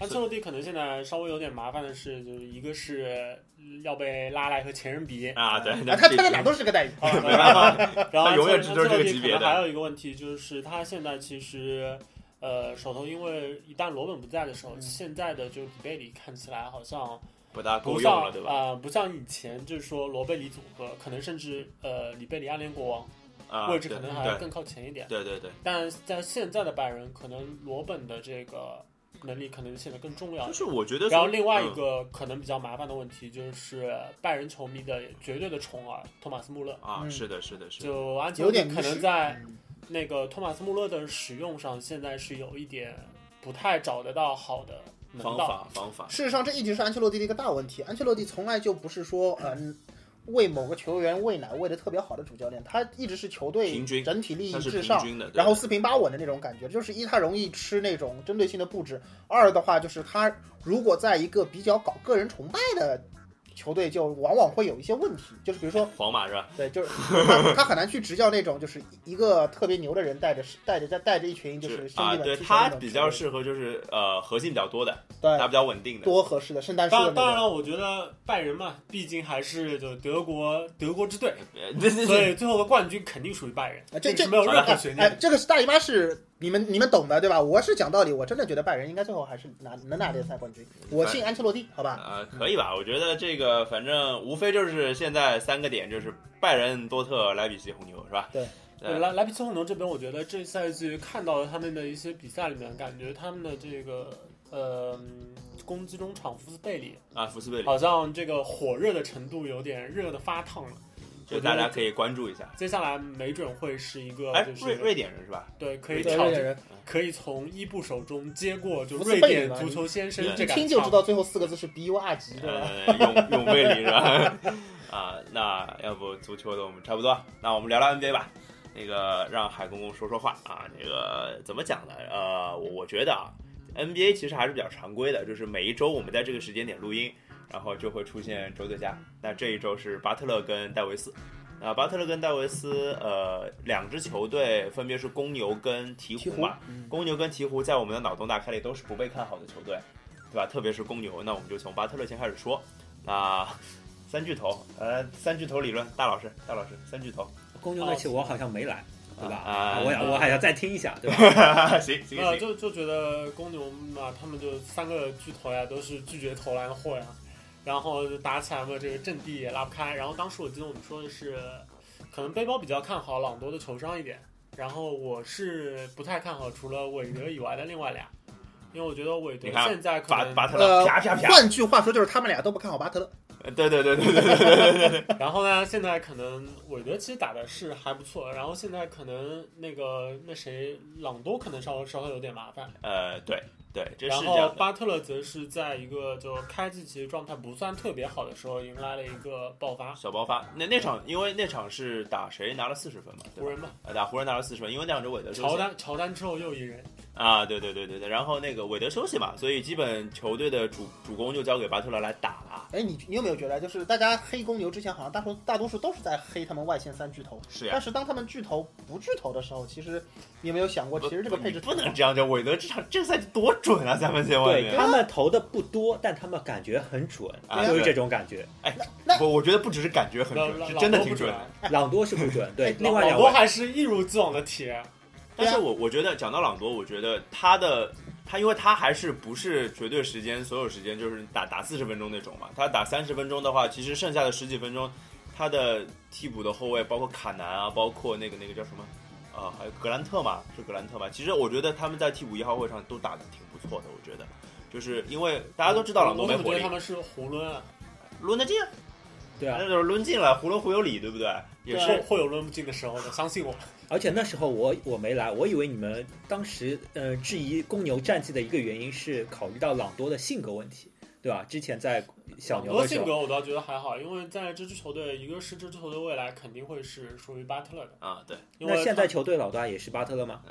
S3: 安切洛蒂可能现在稍微有点麻烦的是，就是一个是嗯要被拉来和前 任比，
S1: 啊，对，
S2: 啊他他在哪都是这个待遇，好吧
S1: 没办法，
S3: 然后
S1: 他永远只就是这
S3: 安切洛
S1: 个
S3: 蒂
S1: 级
S3: 可
S1: 别的
S3: 能还有一个问题就是他现在其实呃手头因为一旦罗本不在的时候，
S2: 嗯
S3: 现在的就里贝里看起来好像
S1: 不大
S3: 不
S1: 够用
S3: 像
S1: 了，对吧？
S3: 呃不像以前就是说罗贝里组合，可能甚至呃里贝里暗恋国王
S1: 啊，
S3: 位置可能还
S1: 对
S3: 更靠前一点，
S1: 对对对，
S3: 但在现在的拜仁，可能罗本的这个能力可能显得更重要
S1: 就。是嗯我觉得，
S3: 然后另外一个可能比较麻烦的问题就是拜仁球迷的绝对的宠儿托马斯穆勒，
S1: 嗯啊，
S2: 嗯
S1: 是的，是的，是的，
S3: 就安切
S2: 有
S3: 洛
S2: 点迷
S3: 蒂可能
S2: 失
S3: 在
S2: 嗯
S3: 那个托马斯穆勒的使用上，现在是有一点不太找得到好的门
S1: 方
S3: 道。
S1: 法方法，
S2: 事实上，这一直是安切洛蒂的一个大问题。安切洛蒂从来就不是说，嗯、为某个球员喂奶喂的特别好的主教练，他一直是球队
S1: 平均
S2: 整体利益
S1: 它是
S2: 至
S1: 平
S2: 上，
S1: 均的，对
S2: 然后四平八稳的那种感觉。就是一，他容易吃那种针对性的布置；二的话，就是他如果在一个比较搞个人崇拜的球队，就往往会有一些问题。就是比如说，
S1: 皇马是吧？
S2: 对，就是他 他很难去执教那种就是一个特别牛的人带着带着带带着一群就是兄
S1: 啊，
S2: 弟们
S1: 对
S2: 踢球
S1: 他
S2: 那种
S1: 比
S2: 球
S1: 较
S2: 队
S1: 适合就是呃核心比较多的，打
S2: 对
S1: 比较稳定的，
S2: 多合适的圣诞树
S3: 当
S2: 的
S3: 然，当然
S2: 那种。
S3: 了，我觉得拜仁嘛，毕竟还是就德国德国之队，
S1: 呃对对
S3: 所
S1: 对，
S3: 以最后的冠军肯定属于拜仁，
S2: 啊这
S3: 个
S2: 这
S3: 是没有任何悬
S2: 哎
S3: 念，的。
S2: 这个是大姨妈是你们你们懂的对吧？我是讲道理，我真的觉得拜仁应该最后还是拿能拿联赛冠军。我信安切洛蒂，好吧？
S1: 啊，可以吧？我觉得这个反正无非就是现在三个点，就是拜仁、多特、莱比锡、红牛，是吧？呃
S2: 对
S1: 对，
S3: 莱莱比锡红牛这边，我觉得这赛季看到了他们的一些比赛里面，感觉他们的这个呃攻击中场福斯贝里
S1: 啊，福斯贝里，
S3: 好像这个火热的程度有点热的发烫了。
S1: 就大家可以关注一下。
S3: 接下来没准会是一个
S1: 哎
S3: 就，是
S1: 瑞瑞典人是吧？
S3: 对可以
S1: 对
S3: 挑
S2: 瑞典
S3: 战
S2: 人
S3: 可以从伊布手中接过，就
S2: 不是
S3: 瑞
S2: 贝里
S3: 典
S2: 吗
S3: 足球先生
S1: 你
S3: 这
S2: 一
S3: 杆
S2: 听就
S3: 枪
S2: 知道最后四个字是 B U R 级，对吧？
S1: 呃，永永贝里是吧？ 啊，那要不足球的我们差不多，那我们聊聊 NBA 吧。那个让海公公说说话啊，那个怎么讲呢？呃，我我觉得啊，NBA 其实还是比较常规的，就是每一周我们在这个时间点录音，然后就会出现周最佳。那这一周是巴特勒跟戴维斯。那巴特勒跟戴维斯，呃，两支球队分别是公牛跟鹈
S2: 鹈
S1: 鹕
S2: 鹕
S1: 吧。，公牛跟鹈鹕在我们的脑洞大开里都是不被看好的球队，对吧？特别是公牛，那我们就从巴特勒先开始说。那三巨头，呃，三巨头理论，大老师，大老师，三巨头，
S4: 公牛那
S3: 哦
S4: 期我好像没来，对吧？
S1: 啊
S4: 啊 我想我还要再听一下，对吧？
S1: 行行
S3: 呃，
S1: 行，
S3: 就就觉得公牛嘛，他们就三个巨头呀，都是拒绝投篮货呀，啊然后就打起来嘛，这个阵地也拉不开。然后当时我记得我们说的是，可能背包比较看好朗多的球商一点，然后我是不太看好除了韦德以外的另外俩，因为我觉得韦德
S1: 你看
S3: 现在可
S1: 巴
S3: 能，
S1: 巴特勒，
S2: 呃
S1: 啪啪，啪，
S2: 换句话说就是他们俩都不看好巴特勒。
S1: 对对对对对，
S3: 然后呢，现在可能韦德其实打的是还不错，然后现在可能那个那谁朗多可能稍稍微有点麻烦。
S1: 呃，对对，这
S3: 然
S1: 是这样
S3: 后
S1: 的，
S3: 巴特勒则是在一个就开季其实状态不算特别好的时候，迎来了一个爆发。
S1: 小爆发。那那场因为那场是打谁拿了四十分嘛，对
S3: 湖
S1: 吧？
S3: 人嘛，
S1: 呃打湖人拿了四十分，因为那场是韦德休息
S3: 乔丹乔丹之后又一人，
S1: 啊，对对对对对，然后那个韦德休息嘛，所以基本球队的主主攻就交给巴特勒来打了。
S2: 哎，你你有没有觉得，就是大家黑公牛之前，好像大多大多数都是在黑他们外线三巨头，
S1: 是呀
S2: 但是当他们巨头不巨头的时候，其实你有没有想过，其实这个配置
S1: 不能这样讲。韦德这场这个赛季多准啊，三分线
S3: 哦
S1: 外
S4: 对
S1: 面。
S4: 他们投的不多，但他们感觉很准，
S1: 啊
S4: 就是
S1: 对
S4: 这种感觉。
S2: 那
S1: 我我觉得不只是感觉很
S3: 朗
S1: 准，
S3: 朗
S1: 是
S3: 朗
S1: 真的
S3: 多
S1: 挺
S3: 不
S1: 准
S3: 准
S1: 的。
S3: 啊，
S4: 朗多是不准，对，另
S3: 朗
S4: 外
S3: 朗
S4: 两
S3: 多
S4: 位
S3: 还是一如既往的铁。
S1: 但是
S2: 对啊
S1: 我我觉得讲到朗多，我觉得他的他因为他还是不是绝对时间，所有时间就是打打四十分钟那种嘛。他打三十分钟的话，其实剩下的十几分钟，他的替补的后卫包括卡南啊，包括那个那个叫什么啊，还有格兰特嘛，是格兰特嘛。其实我觉得他们在替补一号位上都打得挺不错的，我觉得。就是因为大家都知道朗
S3: 我
S1: 多没
S3: 怎么
S1: 火
S3: 觉得
S1: 力
S3: 他，们是囫囵啊，
S1: 抡得进，
S4: 对啊
S1: 那，就是抡进了，囫囵忽悠里，对不对？也
S3: 会
S1: 是
S3: 啊会有论不进的时候的，相信我。
S4: 而且那时候我我没来，我以为你们当时呃质疑公牛战绩的一个原因是考虑到朗多的性格问题，对吧？之前在小
S3: 朗
S4: 牛
S3: 多
S4: 的时
S3: 性
S4: 候，
S3: 格我倒觉得还好，因为在这支球队，一个是这支球队未来肯定会是属于巴特勒的，
S1: 啊，对，
S3: 因为
S4: 那现
S3: 他
S4: 在球队老大也是巴特勒吗？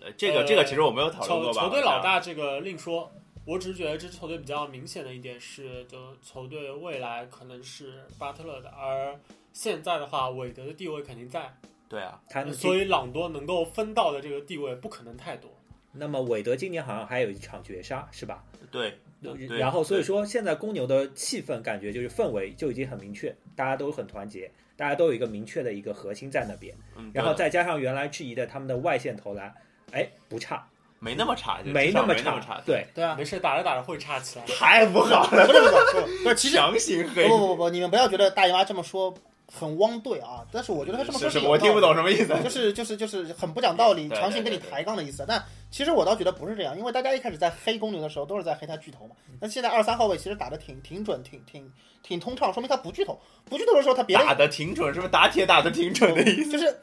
S1: 呃，这个
S3: 呃
S1: 这个其实我没有讨论
S3: 球
S1: 过吧？
S3: 呃球队
S1: 好像
S3: 老，大这个另说，我只是觉得这支球队比较明显的一点是，就球队未来可能是巴特勒的，而现在的话，韦德的地位肯定在，
S1: 对啊，
S4: 他
S3: 所以朗多能够分到的这个地位不可能太多。
S4: 那么韦德今年好像还有一场绝杀，是吧？
S1: 对，
S3: 嗯
S1: 对
S4: 呃然后所以说现在公牛的气氛感觉就是氛围就已经很明确，大家都很团结，大家都有一个明确的一个核心在那边，
S1: 嗯，
S4: 然后
S1: 对
S4: 再加上原来质疑的他们的外线投篮，哎，不差，
S1: 没那么差，就
S4: 没
S1: 至少
S4: 么
S1: 没那么差，，
S4: 对，
S2: 对啊，
S3: 没事，打着打着会差起来。
S1: 太不好了，
S2: 不是不是不是，
S1: 那强行黑
S2: 不不不不，你们不要觉得大姨妈这么说很汪队啊，但是我觉得他这么说
S1: 什
S2: 有
S1: 么？我
S2: 道
S1: 听不
S2: 理
S1: 懂什么意思。
S2: 就是就是就是很不讲道理，
S1: 对对
S2: 强行跟你
S1: 对对
S2: 抬杠的意思。但其实我倒觉得不是这样，因为大家一开始在黑公牛的时候都是在黑他巨头嘛。
S1: 嗯
S2: 但现在二三号位其实打的挺挺准，挺挺挺通畅，说明他不巨头。不巨头的时候，他别人
S1: 打的挺准，是不是打铁打的挺准的意思？
S2: 就是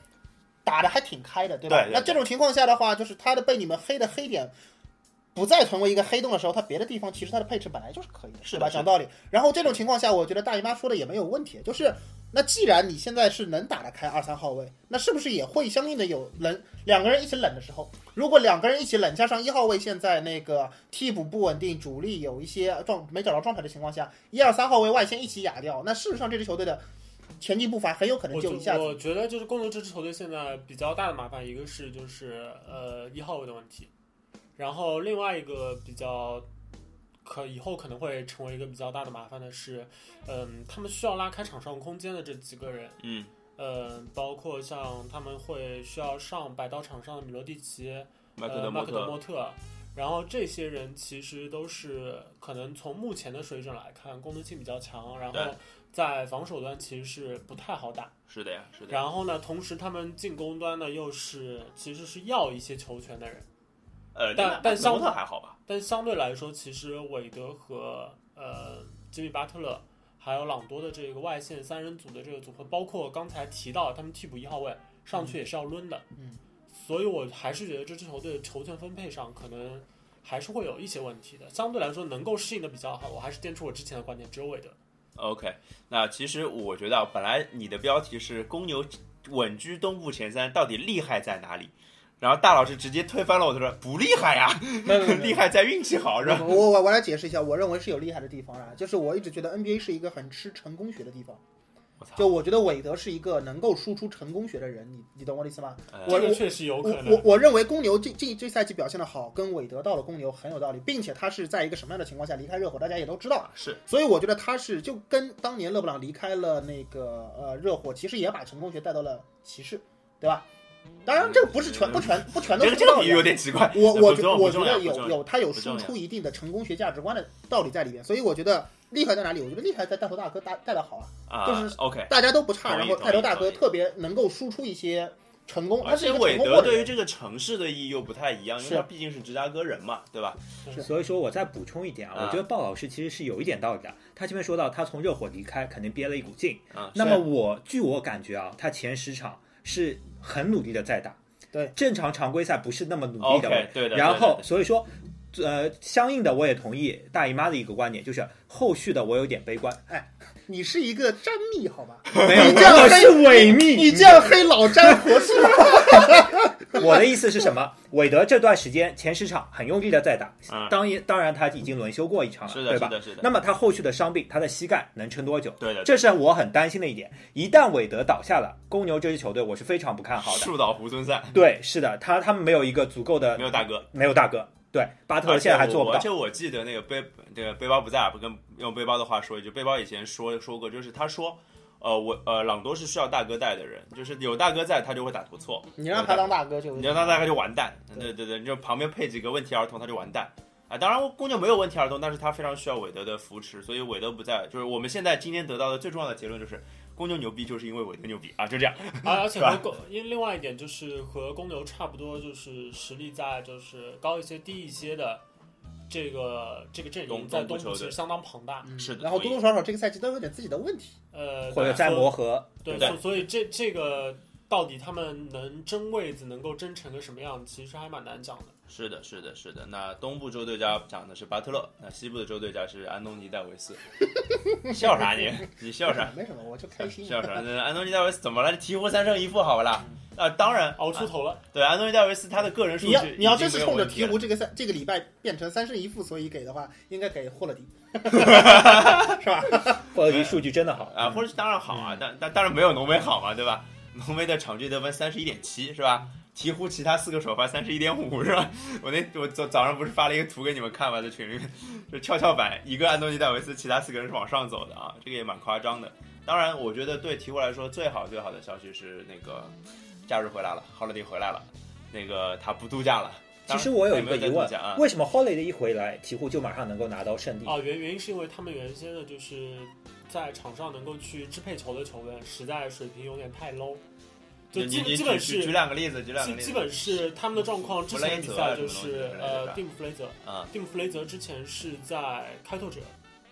S2: 打的还挺开的，对吧？
S1: 对对对
S2: 那这种情况下的话，就是他的被你们黑的黑点。不再成为一个黑洞的时候，他别的地方其实他的配置本来就是可以的，
S1: 是的
S2: 对吧？
S1: 是的
S2: 讲道理。然后这种情况下，我觉得大姨妈说的也没有问题，就是那既然你现在是能打得开二三号位，那是不是也会相应的有冷两个人一起冷的时候？如果两个人一起冷，加上一号位现在那个替补不稳定，主力有一些状没找到状态的情况下，一二三号位外线一起哑掉，那事实上这支球队的前进步伐很有可能
S3: 我
S2: 就一下
S3: 觉
S2: 子
S3: 我觉得就是公牛这支球队现在比较大的麻烦，一个是就是呃一号位的问题，然后另外一个比较可以后可能会成为一个比较大的麻烦的是，嗯、他们需要拉开场上空间的这几个人，
S1: 嗯，
S3: 呃，包括像他们会需要上摆到场上的米罗蒂奇，
S1: 麦克
S3: 呃
S1: 德
S3: 麦
S1: 莫
S3: 克德
S1: 特，
S3: 莫特，然后这些人其实都是可能从目前的水准来看，功能性比较强，然
S1: 对
S3: 后在防守端其实是不太好打。
S1: 是的呀，是的呀。
S3: 然后呢，同时他们进攻端呢又是其实是要一些球权的人，
S1: 呃，
S3: 但
S1: 那
S3: 但
S1: 德莫
S3: 相
S1: 特还好吧？
S3: 但相对来说，其实韦德和呃吉米巴特勒还有朗多的这个外线三人组的这个组合，包括刚才提到他们替补一号位上去也是要抡的，
S2: 嗯，
S3: 所以我还是觉得这支球队的球权分配上可能还是会有一些问题的。相对来说，能够适应的比较好，我还是坚持我之前的观点，只有韦德。
S1: OK，那其实我觉得啊，本来你的标题是公牛稳居东部前三，到底厉害在哪里？然后大老师直接推翻了我，他说不厉害呀，
S2: 没有没有没 有
S1: 厉害在运气好，是吧？
S2: 我我我来解释一下，我认为是有厉害的地方啊，就是我一直觉得 NBA 是一个很吃成功学的地方。
S1: 我操
S2: 就我觉得韦德是一个能够输出成功学的人，你你懂我的意思吗？
S1: 呃
S2: 我
S3: 这个确实有
S2: 我
S3: 可
S2: 我
S3: 能。
S2: 我认为公牛这这这赛季表现的好，跟韦德到了公牛很有道理，并且他是在一个什么样的情况下离开热火，大家也都知道。啊
S1: 是
S2: 所以我觉得他是就跟当年勒布朗离开了那个呃热火，其实也把成功学带到了骑士，对吧？当然，这个不是全不全不全都
S1: 这
S2: 是
S1: 个这
S2: 这
S1: 个
S2: 个道
S1: 比
S2: 理
S1: 喻
S2: 啊
S1: 有点奇怪。
S2: 我
S1: 呃不
S2: 我觉
S1: 重要
S2: 我
S1: 不
S2: 觉
S1: 重要
S2: 得
S1: 不重
S2: 有
S1: 要
S2: 有他有
S1: 不重
S2: 输
S1: 要
S2: 出一定的成功学价值观的道理在里面，所以我觉得厉害在哪里？我觉得厉害在带头大哥带带的好啊，
S1: 啊、
S2: 就是
S1: OK。
S2: 大家都不差，
S1: 同意
S2: 然后
S1: 同意
S2: 带头大哥
S1: 同意
S2: 特别能够输出一些成功，他
S1: 而
S2: 是
S1: 且
S2: 一个
S1: 韦
S2: 成功
S1: 德
S2: 过的
S1: 对于
S2: 人。
S1: 这个城市的意义又不太一样，因为
S2: 是
S1: 他毕竟是芝加哥人嘛，对吧？
S4: 所以说我再补充一点啊，
S1: 啊
S4: 我觉得鲍老师其实是有一点道理的。他这边说到他从热火离开，肯定憋了一股劲。
S1: 啊，
S4: 那么我据我感觉啊，他前十场是很努力的在打，
S2: 对，
S4: 正常常规赛不是那么努力的。
S1: OK，对的。
S4: 然后
S1: 对的
S4: 所以说，呃，相应的我也同意大姨妈的一个观点，就是后续的我有点悲 观，
S2: 你是一个詹密好吧？
S4: 没有，
S2: 你这样
S4: 我
S2: 黑
S4: 是伪
S2: 你
S4: 密，
S2: 你这样黑老詹合适吗？
S4: 我的意思是什么？韦德这段时间前十场很用力的在打，
S1: 嗯
S4: 当然当然他已经轮休过一场了，
S1: 是的，
S4: 对
S1: 是
S4: 吧？
S1: 的，是的。
S4: 那么他后续的伤病，他的膝盖能撑多久？
S1: 对的，
S4: 这是我很担心的一点。一旦韦德倒下了，公牛这支球队我是非常不看好的。
S1: 树倒猢狲散，
S4: 对，是的，他他们没有一个足够的
S1: 没有大哥。
S4: 没有大哥，对，巴特勒
S1: 而且
S4: 现在还
S1: 我
S4: 做不
S1: 而
S4: 到。
S1: 且我记得那个背这个背包不在，不跟用背包的话说一句，背包以前说说过，就是他说，呃，我呃，朗多是需要大哥带的人，就是有大哥在，他就会打得不错。
S2: 你让他当大哥就嗯
S1: 你让他大概就完蛋。对对对，你就旁边配几个问题儿童，他就完蛋。啊，当然公牛没有问题儿童，但是他非常需要韦德的扶持，所以韦德不在，就是我们现在今天得到的最重要的结论就是，公牛牛逼就是因为韦德牛逼啊，就这样。
S3: 而而且
S1: 是吧
S3: 和公，因为另外一点就是和公牛差不多，就是实力在就是高一些、低一些的这个这个阵
S1: 东
S3: 营在
S1: 东部
S3: 东
S1: 球
S3: 部其
S1: 队
S3: 实相当庞大。
S2: 嗯
S1: 是的
S2: 然后
S1: 同意
S2: 多多少少这个赛季都有点自己的问题。
S3: 呃，
S4: 嗯或者
S3: 对
S4: 再
S3: 所
S4: 磨合，
S3: 对，
S1: 对
S3: 所所以这这个到底他们能争位子，能够争成个什么样，其实还蛮难讲的。
S1: 是的，是的，是的。那东部州对家讲的是巴特勒，那西部的州对家是安东尼戴维 斯。笑啥你？你笑啥？
S2: 没什么，我就开心。
S1: 笑 啥？那安东尼戴维斯怎么了？鹈鹕三胜一负，好不啦？啊，当然，啊
S3: 熬出头了，
S1: 对安东尼戴维斯他的个人啊数
S2: 你
S1: 据已
S2: 要
S1: 经没有问题了，
S2: 你要真是冲着鹈鹕这个赛这个礼拜变成三胜一负，所以给的话，应该给霍勒迪，是吧？
S4: 或者数据真的好嗯
S1: 啊，或者是当然好啊，但但当然没有浓眉好嘛，对吧？ 浓眉的场均得分三十一点七是吧？鹈鹕其他四个首发三十一点五是吧？ 我那我早早上不是发了一个图给你们看吗？在群里面，就跷跷板，一个安东尼戴维斯，其他四个人是往上走的啊，这个也蛮夸张的。当然，我觉得对鹈鹕来说最好最好的消息是那个假日回来了，哈勒迪回来了，那个他不度假了，当
S4: 其
S1: 然
S4: 实我有一
S1: 没
S4: 个
S1: 有
S4: 疑
S1: 再
S4: 问
S1: 多讲啊，哦
S4: 为什么 Holiday 一回来，鹈鹕就马上能够拿到胜
S1: 嗯
S4: 利？
S3: 啊，原原因是因为他们原先的就是在场上能够去支配球的球员，实在水平有点太 low，就
S1: 你
S3: 基
S1: 你你
S3: 基本
S1: 举举
S3: 是
S1: 举两个例子，举两个
S3: 基
S1: 例子。
S3: 基本是他们的状况。之前的比赛就是
S1: 弗雷泽啊
S3: 呃，
S1: 什
S3: 蒂姆弗雷泽，
S1: 啊，
S3: 蒂姆弗雷泽之前是在开拓者，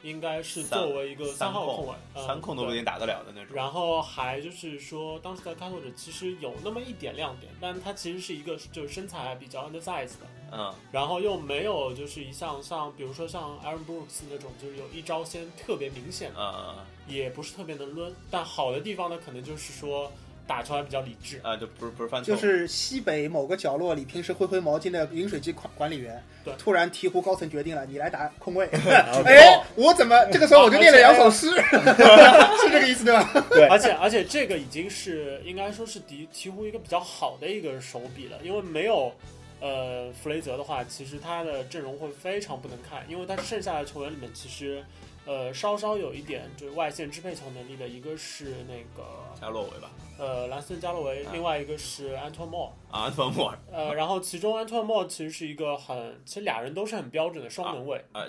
S3: 应该是
S1: 三
S3: 作为一个
S1: 三
S3: 三号
S1: 控
S3: 控卫，呃
S1: 三控都不一
S3: 对
S1: 定打得了的那种。
S3: 然后还就是说，当时在开拓者其实有那么一点亮点，但他其实是一个就是身材比较 undersize 的，
S1: 嗯，
S3: 然后又没有就是一项像比如说像 Aaron Brooks 那种，就是有一招先特别明显，
S1: 啊
S3: 也不是特别能抡。但好的地方呢，可能就是说打出来比较理智。
S1: 啊，就不是不是犯错，
S2: 就是西北某个角落里，平时挥挥毛巾的饮水机管管理员，
S3: 对
S2: 突然鹈鹕高层决定了，你来打空位。
S4: 然后
S2: 哎，我怎么这个时候我就念了两首诗，是这个意思对吧？
S4: 对
S3: 而且而且这个已经是应该说是鹈鹈鹕一个比较好的一个手笔了，因为没有呃弗雷泽的话，其实他的阵容会非常不能看，因为他剩下的球员里面其实呃稍稍有一点就是外线支配球能力的，一个是那个
S1: 加洛维吧，
S3: 呃兰斯顿加洛维
S1: 啊，
S3: 另外一个是安托莫尔。
S1: 啊，安托莫尔，
S3: 呃，然后其中安托莫其实是一个很，其实俩人都是很标准的双能卫，
S1: 啊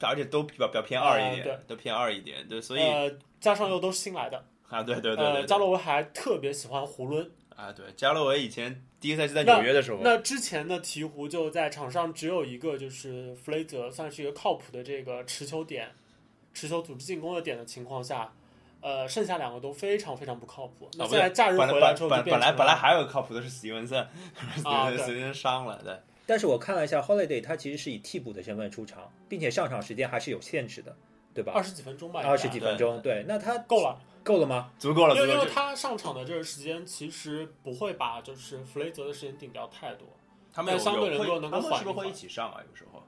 S1: 而且都比较比较偏二一
S3: 啊
S1: 点
S3: 对，
S1: 都偏二一点，对，所以
S3: 呃，加上又都是新来的，
S1: 啊，对对对对
S3: 呃，
S1: 对，
S3: 加洛维还特别喜欢囫囵。
S1: 啊，对，加洛维以前第一个赛季在纽约的时候，
S3: 那之前的鹈鹕就在场上只有一个，就是弗雷泽算是一个靠谱的这个持球点、持球组织进攻的点的情况下，呃，剩下两个都非常非常不靠谱。那
S1: 啊不
S3: 现
S1: 是
S3: 在假日
S1: 本来
S3: 回来之后
S1: 本本
S3: 就
S1: 本
S3: 变
S1: 来
S3: 成
S1: 本来还有个靠谱的是史蒂文森，
S3: 啊对
S1: 史蒂文森伤了，对，
S4: 但是我看了一下 Holiday，他其实是以替补的身份出场，并且上场时间还是有限制的，对吧
S3: 二？十几分钟吧，
S4: 二十
S3: 应该
S4: 几分钟，对，那他
S3: 够了。
S4: 够了吗？
S1: 足够了，足
S3: 因为因
S1: 够
S3: 为
S1: 了。
S3: 他上场的这个时间其实不会把就是弗雷泽的时间顶掉太多。
S1: 他们有
S3: 但相对
S1: 有
S3: 能够
S1: 会
S3: 能
S1: 他
S3: 够
S1: 们
S3: 缓
S1: 是不是
S3: 一
S1: 会
S3: 缓
S1: 一起上啊？有时候，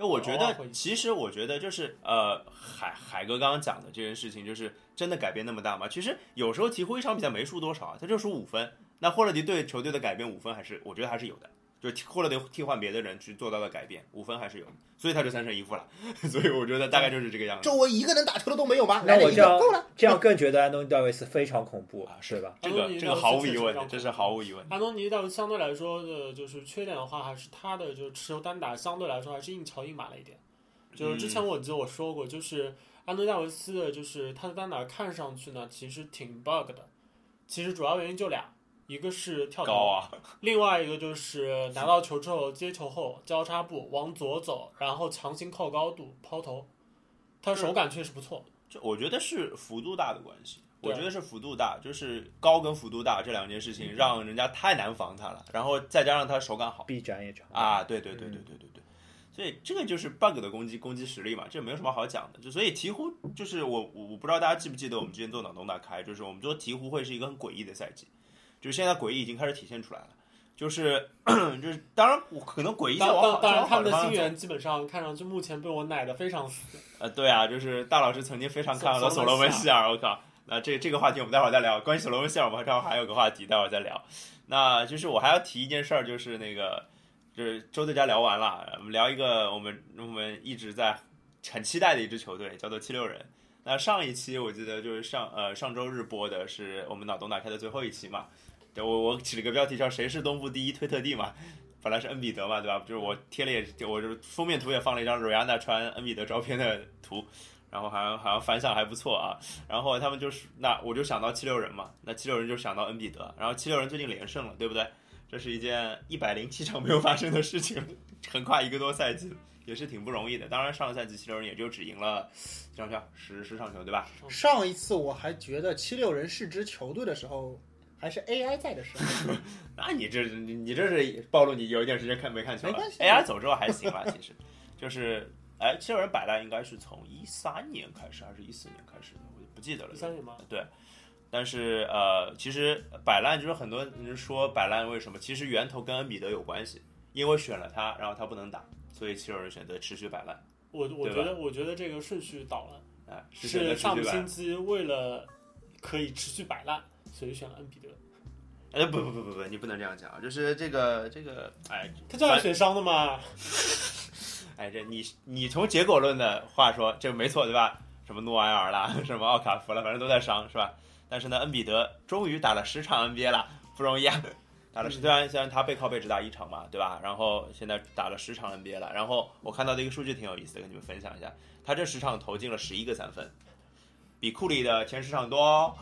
S1: 因为我觉
S3: 偶尔
S1: 得
S3: 会一，起
S1: 其实我觉得就是呃，海海哥刚刚讲的这件事情，就是真的改变那么大吗？其实有时候鹈鹕一场比赛没输多少啊，他就输五分，那霍勒迪对球队的改变五分还是我觉得还是有的。就是霍勒迪替换别的人去做到的改变，五分还是有的，所以他就三胜一负了。 所以我觉得大概就是这个样子
S2: 周围一个能打球的都没有吗？
S4: 那
S2: 来
S4: 我
S2: 了一
S4: 这
S2: 个
S4: 样
S2: 够了。
S4: 这样更觉得安东尼戴维斯非常恐怖
S1: 啊，
S4: 是吧？
S1: 这
S3: 安东
S1: 个
S3: 尼
S1: 这个
S3: 那
S1: 毫
S3: 这
S1: 无
S3: 确
S1: 疑
S3: 实
S1: 问
S3: 比较
S1: 的，这是
S3: 恐怖
S1: 毫无疑问的。
S3: 安东尼戴维斯相对来说的，就是缺点的话，还是他的就是持球单打相对来说还是硬桥硬马了一点。就是之前
S1: 嗯
S3: 我记得我说过，就是安东尼戴维斯的，就是他的单打看上去呢，其实挺 bug 的。其实主要原因就俩，一个是跳
S1: 高
S3: 投，
S1: 啊，
S3: 另外一个就是拿到球之后接球后交叉步往左走，然后强行靠高度抛投。他手感确实不错，
S1: 这我觉得是幅度大的关系。
S3: 对
S1: 我觉得是幅度大，就是高跟幅度大这两件事情让人家太难防他了，然后再加上他手感好
S4: 臂展也长，
S1: 啊，对对对对对对对，所以这个就是 bug 的攻击攻击实力嘛，这没有什么好讲的。就所以鹈鹕就是我我我不知道大家记不记得我们之前做脑洞大开，就是我们说鹈鹕会是一个很诡异的赛季，就是现在诡异已经开始体现出来了，就是 就是当然我可能诡异在
S3: 当
S1: 往好
S3: 当当然
S1: 往好
S3: 他们的
S1: 方向
S3: 新
S1: 走
S3: 援基本上看上去目前被我奶的非常死。
S1: 呃，对啊，就是大老师曾经非常看好的
S3: 索
S1: 索
S3: 索
S1: 罗
S3: 罗
S1: 门
S3: 门
S1: 希
S3: 希
S1: 尔，我靠，那这这个话题我们待会儿再聊。关于索罗门希尔，我们待会儿还有个话题，待会儿再聊。那就是我还要提一件事儿，就是那个，就是周队家聊完了，我们聊一个我们我们一直在很期待的一支球队，叫做七六人。那上一期我记得就是上呃上周日播的是我们脑洞打开的最后一期嘛，对我我起了个标题叫“谁是东部第一推特帝”嘛，本来是恩比德嘛，对吧？就是我贴了也，我就是封面图也放了一张 Rihanna 穿恩比德照片的图，然后好像好像反响还不错啊。然后他们就是那我就想到七六人嘛，那七六人就想到恩比德，然后七六人最近连胜了，对不对？这是一件一百零七场没有发生的事情，横跨一个多赛季，也是挺不容易的。当然上个赛季七六人也就只赢了几场球，十十场球对吧？
S2: 上一次我还觉得七六人是支球队的时候，还是 AI 在的时候，
S1: 那你这你你这是暴露你有一点时间看没看球了
S2: 没关系
S1: ？AI 走之后还行吧，其实就是哎，七六人摆烂应该是从一三年开始还是一四年开始的，我就不记得了
S3: 第。三年吗？
S1: 但是呃，其实摆烂就是很多人说摆烂为什么？其实源头跟恩比德有关系，因为选了他，然后他不能打，所以七六人选择持续摆烂。
S3: 我我
S1: 对
S3: 觉
S1: 吧
S3: 得我觉得这个顺序倒了，
S1: 啊，是选择
S3: 是
S1: 持
S3: 上
S1: 续
S3: 个
S1: 摆
S3: 星
S1: 烂。
S3: 期为了可以持续摆烂，所以选了恩比德。
S1: 哎，不不不不不，你不能这样讲，啊就是这个这个，哎，
S3: 他教练选伤的嘛？
S1: 哎，这你你从结果论的话说，这没错对吧？什么诺埃尔啦， 什么奥卡福啦，反正都在伤是吧？但是呢，恩比德终于打了十场 NBA 了，不容易啊。打
S3: 嗯
S1: 了十，虽然虽然他背靠背只打一场嘛，对吧？然后现在打了十场 NBA 了，然后我看到的一个数据挺有意思的，跟你们分享一下，他这十场投进了十一个三分，比库里的前十场多哦。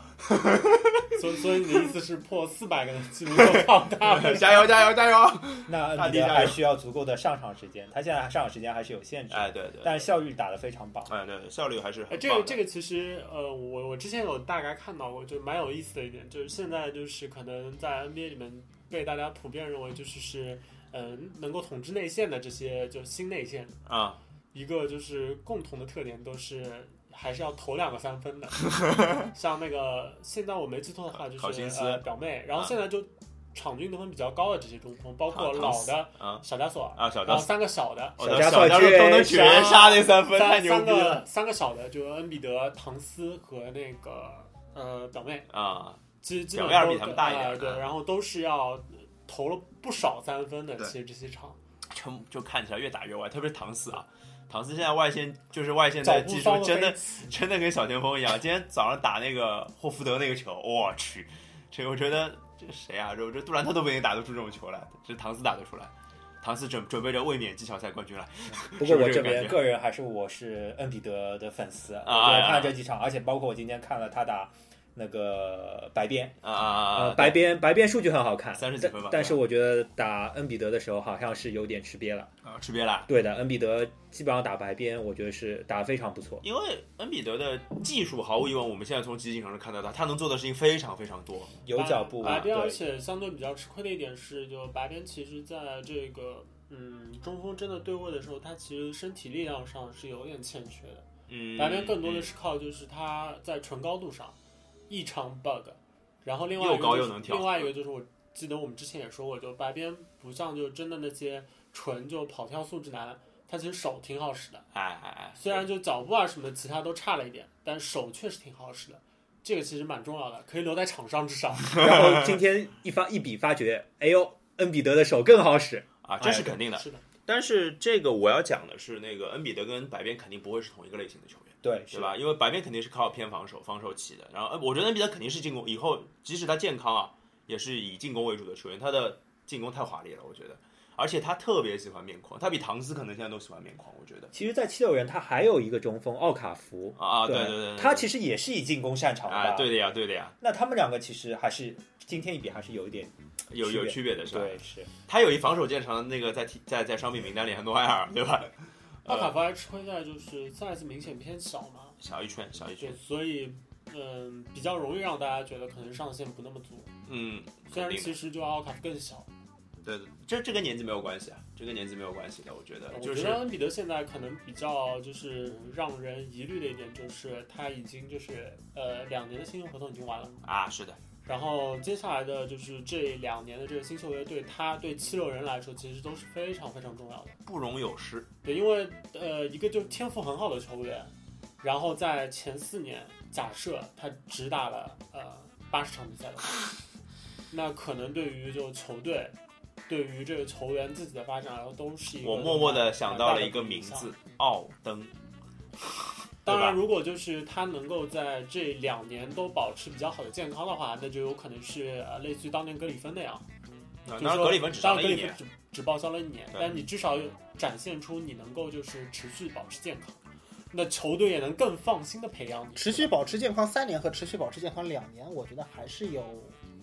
S3: 所以所以你的意思是破四百个人记 录就放大了？
S1: 加油加油加 油！
S4: 那
S1: 大
S4: 你
S1: 地加
S4: 的
S1: 油
S4: 还需要足够的上场时间，他现在上场时间还是有限制，
S1: 哎，对对，
S4: 但是效率打得非常棒。
S1: 哎对，效率还是
S3: 哎，
S1: 很
S3: 这个
S1: 棒
S3: 这
S1: 的。
S3: 个其实，呃，我我之前有大概看到过，就蛮有意思的一点，就是现在就是可能在 NBA 里面被大家普遍认为就是是，呃，能够统治内线的这些就是新内线，
S1: 啊，
S3: 一个就是共同的特点都是还是要投两个三 分的，像那个现在我没记错的话就
S1: 考
S3: 是
S1: 辛斯
S3: 呃表妹，然后
S1: 啊
S3: 现在就场均得分比较高的这些中锋，包括
S1: 唐
S3: 老
S1: 斯
S3: 的
S1: 啊
S3: 小加索尔，
S1: 啊，小
S3: 然
S1: 张
S3: 后，三个小的，
S1: 我的
S4: 小
S1: 哦小
S4: 张
S1: 张
S4: 绝
S1: 都能绝杀那三分，太
S3: 三
S1: 牛
S3: 三
S1: 逼了
S3: 个三个小的，就恩比德、唐斯和那个呃表妹，
S1: 啊！
S3: 基基
S1: 表
S3: 本
S1: 妹还
S3: 都
S1: 是比他们大一点
S3: 呃对，
S1: 嗯
S3: 然后都是要投了不少三分的。
S1: 对
S3: 其实这些场
S1: 成就看起来越打越歪，特别是唐斯啊，唐斯现在外线就是外线
S3: 脚
S1: 的
S3: 步
S1: 技术
S3: 骚
S1: 真的
S3: 飞起
S1: 真的跟小前锋一样。今天早上打那个霍福德那个球，我去，这我觉得这谁啊？这这杜兰特都不一定打得出这种球来，只是唐斯打得出来。唐斯准准备着卫冕季小赛冠军了
S4: 不过
S1: 是不
S4: 我
S1: 是这
S4: 这
S1: 个感
S4: 边
S1: 觉
S4: 个人还是我是恩比德的粉丝，
S1: 啊
S4: 我看了这几场，而且包括我今天看了他打那个白边，
S1: 啊啊啊
S4: 呃，
S1: 啊！
S4: 白边白边数据很好看，
S1: 30几
S4: 但
S1: 分吧
S4: 但是我觉得打恩比德的时候好像是有点吃瘪了。
S1: 啊吃瘪了，
S4: 对的，恩比德基本上打白边，我觉得是打得非常不错。
S1: 因为恩比德的技术毫无疑问，我们现在从集锦上能看得到，他能做的事情非常非常多。
S4: 有脚步，啊
S3: 白白边，而
S4: 对，
S3: 且相对比较吃亏的一点是，就白边其实在这个嗯中锋真的对位的时候，他其实身体力量上是有点欠缺的。
S1: 嗯，
S3: 白边更多的是靠就是他在纯高度上异常 bug，然后另外一
S1: 又
S3: 个
S1: 高
S3: 就
S1: 又
S3: 是
S1: 能跳
S3: 另外一个就是我记得我们之前也说过，就白边不像就真的那些纯就跑跳素质男，他其实手挺好使的，
S1: 哎哎哎，
S3: 虽然就脚步啊什么的其他都差了一点，但手确实挺好使的，这个其实蛮重要的，可以留在场上至少。
S4: 然后今天一发一比发觉，哎呦，恩比德的手更好使，
S1: 啊，这是肯定的。
S3: 是的，
S1: 但是这个我要讲的是，那个恩比德跟白边肯定不会是同一个类型的球员，
S4: 对，
S1: 对？吧？因为白边肯定是靠偏防守、防守起的，然后呃我觉得恩比德肯定是进攻，以后即使他健康啊，也是以进攻为主的球员，他的进攻太华丽了，我觉得。而且他特别喜欢面框，他比唐斯可能现在都喜欢面框，我觉得。
S4: 其实，在七六人他还有一个中锋奥卡福，
S1: 啊啊，对
S4: 对
S1: 对对，对
S4: 他其实也是以进攻擅长的吧
S1: 啊，对的呀，对的呀，
S4: 那他们两个其实还是今天一比还是有一点，
S1: 有有区别的是吧？
S4: 对，是
S1: 他有一防守见长的那个在提在在伤病名单里，很多埃尔，对吧？呃
S3: 奥卡福还吃亏在就是赛次明显偏小嘛，
S1: 小一圈，小一
S3: 对，
S1: 圈，
S3: 所以嗯比较容易让大家觉得可能上限不那么足，
S1: 嗯，肯
S3: 虽然
S1: 定的
S3: 其实就奥卡福更小。
S1: 对，对这这跟年纪没有关系啊，这跟年纪没有关系的，我觉得
S3: 我
S1: 就
S3: 觉
S1: 是
S3: 得恩比德现在可能比较就是让人疑虑的一点，就是他已经就是呃两年的新秀合同已经完了，
S1: 啊，是的，
S3: 然后接下来的就是这两年的这个新秀约对他对七六人来说其实都是非常非常重要的，
S1: 不容有失。
S3: 对，因为呃一个就是天赋很好的球员，然后在前四年假设他只打了呃八十场比赛的话，那可能对于就球队。对于这个球员自己的发展来说，都是一个
S1: 我默默的
S3: 的
S1: 想到了一个名字，哦奥登。
S3: 当
S1: 对吧
S3: 然，如果就是他能够在这两年都保持比较好的健康的话，那就有可能是呃类似于当年格里芬那样，
S1: 啊
S3: 就
S1: 当
S3: 是
S1: 然，
S3: 说
S1: 格里芬只上
S3: 当
S1: 了
S3: 然格
S1: 一
S3: 里
S1: 年，
S3: 芬只只报销了一年，
S1: 对
S3: 但你至少有展现出你能够就是持续保持健康，那球队也能更放心的培养你。
S2: 持续保持健康三年和持续保持健康两年，我觉得还是有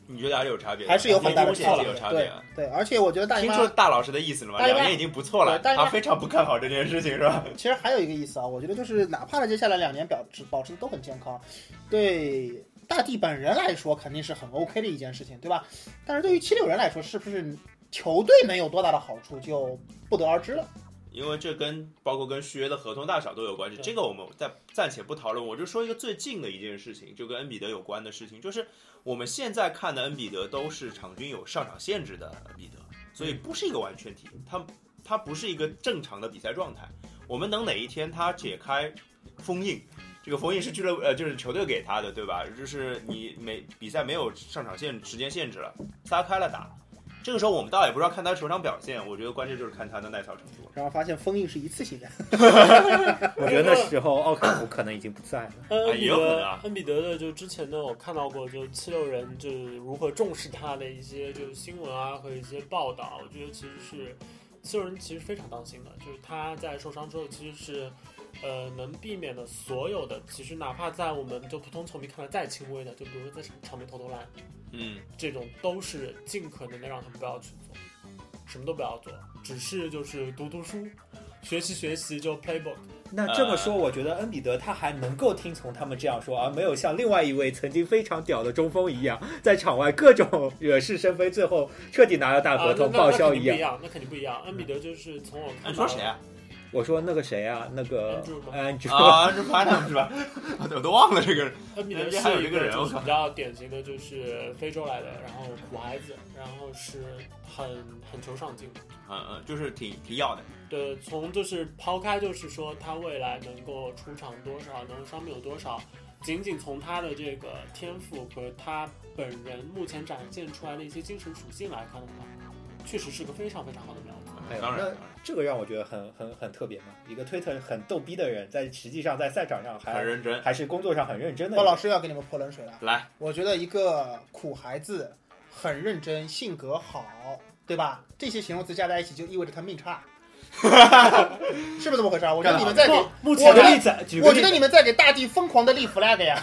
S1: 你觉得还是有差别的，
S2: 还是有很大的
S1: 年纪
S2: 差别
S1: 有差别啊
S2: 对。对，而且我觉得大姨
S1: 听
S2: 妈
S1: 出大老师的意思了吗？
S2: 大姨妈
S1: 两年已经不错了，
S2: 对大姨妈
S1: 他非常不看好这件事情，是吧？
S2: 其实还有一个意思啊，我觉得就是哪怕他接下来两年表持保持都很健康，对大地本人来说肯定是很 OK 的一件事情，对吧？但是对于七六人来说，是不是球队能有多大的好处就不得而知了。
S1: 因为这跟包括跟续约的合同大小都有关系，
S3: 对
S1: 这个我们暂暂且不讨论。我就说一个最近的一件事情，就跟恩比德有关的事情，就是我们现在看的恩比德都是场均有上场限制的恩比德，所以不是一个完全体，他他不是一个正常的比赛状态。我们等哪一天他解开封印，这个封印是俱乐部呃就是球队给他的，对吧？就是你每比赛没有上场限时间限制了，撒开了打。这个时候我们倒也不是要看他球场表现，我觉得关键就是看他的耐操程度。
S2: 然后发现封印是一次性的，
S4: 我觉得那时候奥坎普可能已经不在了。
S3: 恩
S1: 啊
S3: 恩比
S1: 也有可能
S3: 德
S1: 啊，
S3: 恩比德的就之前呢，我看到过，就七六人就如何重视他的一些就新闻啊和一些报道，我觉得其实是七六人其实非常当心的，就是他在受伤之后其实是。呃，能避免的所有的，其实哪怕在我们就普通球迷看的再轻微的，就比如说在场场边投投篮，
S1: 嗯，
S3: 这种都是尽可能的让他们不要去做，什么都不要做，只是就是读读书，学习学习就 playbook。
S4: 那这么说，我觉得恩比德他还能够听从他们这样说，而没有像另外一位曾经非常屌的中锋一样，在场外各种惹是生非，最后彻底拿到大合
S3: 啊，那
S4: 同
S3: 那
S4: 报
S3: 那
S4: 销
S3: 肯定
S4: 一
S3: 不一
S4: 样。
S3: 样，那肯定不一样。恩比德就是从我看
S1: 你说
S3: 到
S1: 谁啊？
S4: 我说那个谁啊，那个
S3: Andrew 吗
S4: 安卓，
S1: 啊，是 p a t 是吧？我都我都忘了这个人。
S3: 恩比德
S1: 人家还有
S3: 是
S1: 一
S3: 一
S1: 个
S3: 个
S1: 人
S3: 就
S1: 我
S3: 是
S1: 靠
S3: 比较典型的，就是非洲来的，然后苦孩子，然后是很很求上进的。
S1: 嗯嗯，就是挺挺要的。
S3: 对，从就是抛开就是说他未来能够出场多少，能够伤病有多少，仅仅从他的这个天赋和他本人目前展现出来的一些精神属性来看的话，确实是个非常非常好的苗子。
S4: 哎呦
S1: 嗯当然，
S4: 那
S1: 当然
S4: 这个让我觉得很很很特别嘛。一个推特很逗逼的人，在实际上在赛场上
S1: 很
S4: 还
S1: 认真。
S4: 还是工作上很认真的
S2: 高
S4: 人。
S2: 老师要给你们泼冷水了。
S1: 来，
S2: 我觉得一个苦孩子，很认真，性格好，对吧？这些形容词加在一起就意味着他命差， 是不是这么回事啊儿？我觉得你们在给，
S3: 目
S4: 举
S3: 前
S4: 个
S3: 来
S4: 例子，举个
S2: 我觉
S4: 例
S2: 得
S4: 子，
S2: 你们在给大地疯狂的立 flag 呀，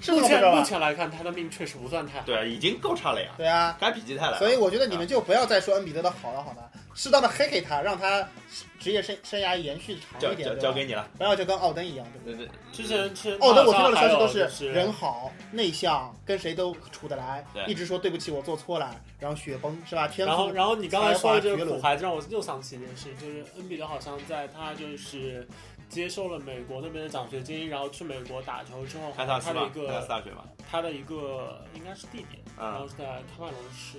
S2: 是不
S3: 目
S2: 是这么啊回事
S3: 前
S2: 儿
S3: 目
S2: 吧？
S3: 前来看，他的命确实不算太好。
S1: 对，啊已经够差了呀，
S2: 对啊，
S1: 该比基泰来了。
S2: 所以我觉得你们就不要再说恩比德的好了，好吗？适当的黑黑他，让他职业生生涯延续长
S1: 交
S2: 一点，
S1: 交
S2: 对吧
S1: 交给你了。
S2: 不要就跟奥登一样，对不
S1: 对
S2: 对？
S1: 对，
S3: 之前之前
S2: 奥
S3: 的
S2: 哦登我听到的消息都
S3: 是
S2: 人好、内向，跟谁都处得来
S1: 对，
S2: 一直说对不起我做错了，然后雪崩是吧？天
S3: 然后，
S2: 赋
S3: 然后你刚才
S2: 才华
S3: 说的这
S2: 绝
S3: 个苦
S2: 伦
S3: 孩子，让我又想起一件事，就是恩比德好像在他就是接受了美国那边的奖学金，然后去美国打球之后，
S1: 开萨
S3: 他
S1: 斯
S3: 的
S1: 吧
S3: 一，
S1: 开萨斯
S3: 个
S1: 大学嘛。
S3: 他的一个应该是弟弟，然后
S1: 嗯
S3: 在喀麦隆是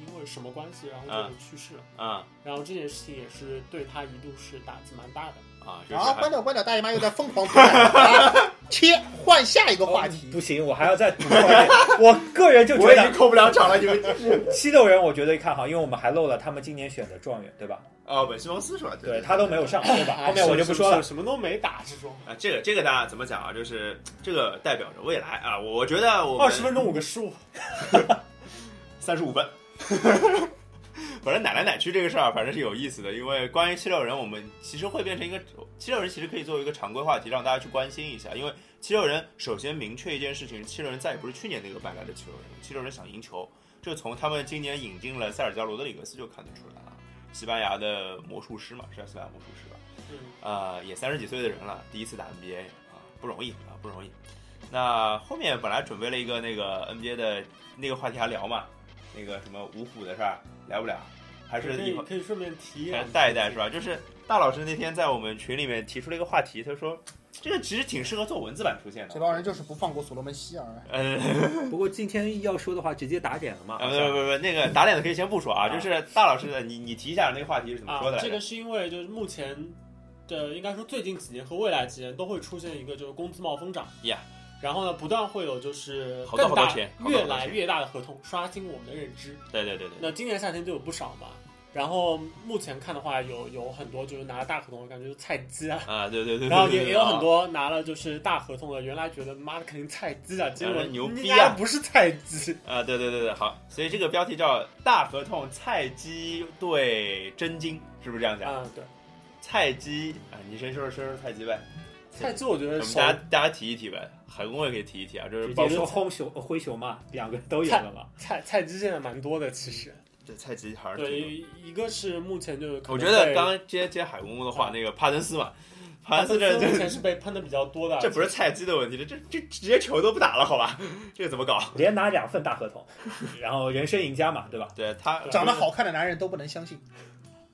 S3: 因为什么关系，然后就去世了。
S1: 嗯
S3: 然后这件事情也是对他一度是打击蛮大的。
S1: 啊，就是
S2: 啊，
S1: 还
S2: 关掉关掉，大姨妈又在 疯狂吐奶切换下一个话
S4: 哦
S2: 题
S4: 不。行，我还要再补充一点。我个人就觉
S1: 我已
S4: 得
S1: 经扣不了场了，你们。
S4: 七六人我绝对看好，因为我们还漏了他们今年选的状元，对吧？
S1: 哦，本西蒙斯是吧？
S4: 对他都没有上，对吧？
S3: 哎
S4: 后面我就不说了。
S3: 什么什么都没打这种。
S1: 啊，这个这个大家怎么讲啊？就是这个代表着未来啊，我我觉得我们
S3: 二十分钟五个失误，
S1: 三十五分。 反正奶来奶去这个事儿，反正是有意思的，因为关于七六人，我们其实会变成一个七六人，其实可以作为一个常规话题，让大家去关心一下。因为七六人首先明确一件事情，七六人再也不是去年那个败来的七六人，七六人想赢球，这从他们今年引进了塞尔加罗德里格斯就看得出来了，啊西班牙的魔术师嘛，是叫西班牙魔术师吧？
S3: 嗯，
S1: 呃，也三十几岁的人了，第一次打 NBA 啊，不容易啊，不容易。那后面本来准备了一个那个 NBA 的那个话题还聊嘛，那个什么五虎的事儿聊不了，还是
S3: 可
S1: 以
S3: 以
S1: 后
S3: 可以顺便提一
S1: 还
S3: 两
S1: 是
S3: 句
S1: 带一带是吧？就是大老师那天在我们群里面提出了一个话题，他说这个其实挺适合做文字版出现的。
S2: 这帮人就是不放过所罗门希尔，啊
S1: 呃，
S4: 不过今天要说的话，直接打脸了嘛
S1: 啊不不不不，那个打脸的可以先不说啊，就是大老师的，你你提一下那个话题是怎么说的来
S3: 啊？这
S1: 着
S3: 个？是因为就是目前的，应该说最近几年和未来几年都会出现一个就是工资帽疯涨
S1: Yeah
S3: 然后呢，不断会有就是
S1: 好多
S3: 更
S1: 好多
S3: 大、
S1: 钱好多
S3: 越
S1: 好多
S3: 来
S1: 钱
S3: 越大的合同刷新我们的认知。
S1: 对对对对，
S3: 那今年夏天就有不少嘛。然后目前看的话有，有很多就是拿了大合同，的，感觉就是菜鸡啊。
S1: 啊对对对，对
S3: 然后
S1: 对
S3: 也
S1: 对
S3: 也有
S1: 啊
S3: 很多拿了就是大合同的，原来觉得妈的肯定菜鸡啊，结果
S1: 哎牛逼啊
S3: 人家不是菜鸡。
S1: 啊，对对对对，好，所以这个标题叫“大合同菜鸡对真金”，是不是这样讲？
S3: 啊，对，
S1: 菜鸡啊，你先说说说说菜鸡呗，
S3: 菜鸡我觉
S1: 我
S3: 得
S1: 们
S3: 手
S1: 大家大家提一提呗，海工也可以提一提啊，就是
S4: 直
S1: 包
S4: 接
S1: 括
S4: 说红熊、灰熊嘛，两个都有
S3: 有
S4: 了
S3: 了
S4: 嘛。
S3: 菜菜鸡现在蛮多的，其实。
S1: 这菜鸡嗯还是挺。
S3: 对，一个是目前就是可
S1: 我
S3: 能
S1: 觉得
S3: 被
S1: 刚刚接接海工的话，那个帕森斯嘛，帕
S3: 他
S1: 森斯这
S3: 目
S1: 这
S3: 前是被喷的比较多的，
S1: 这不是菜鸡的问题，这这这直接球都不打了，好吧？这个怎么搞？
S4: 连拿两份大合同，然后人生赢家嘛，对吧？
S1: 对他
S3: 对
S2: 长得好看的男人都不能相信。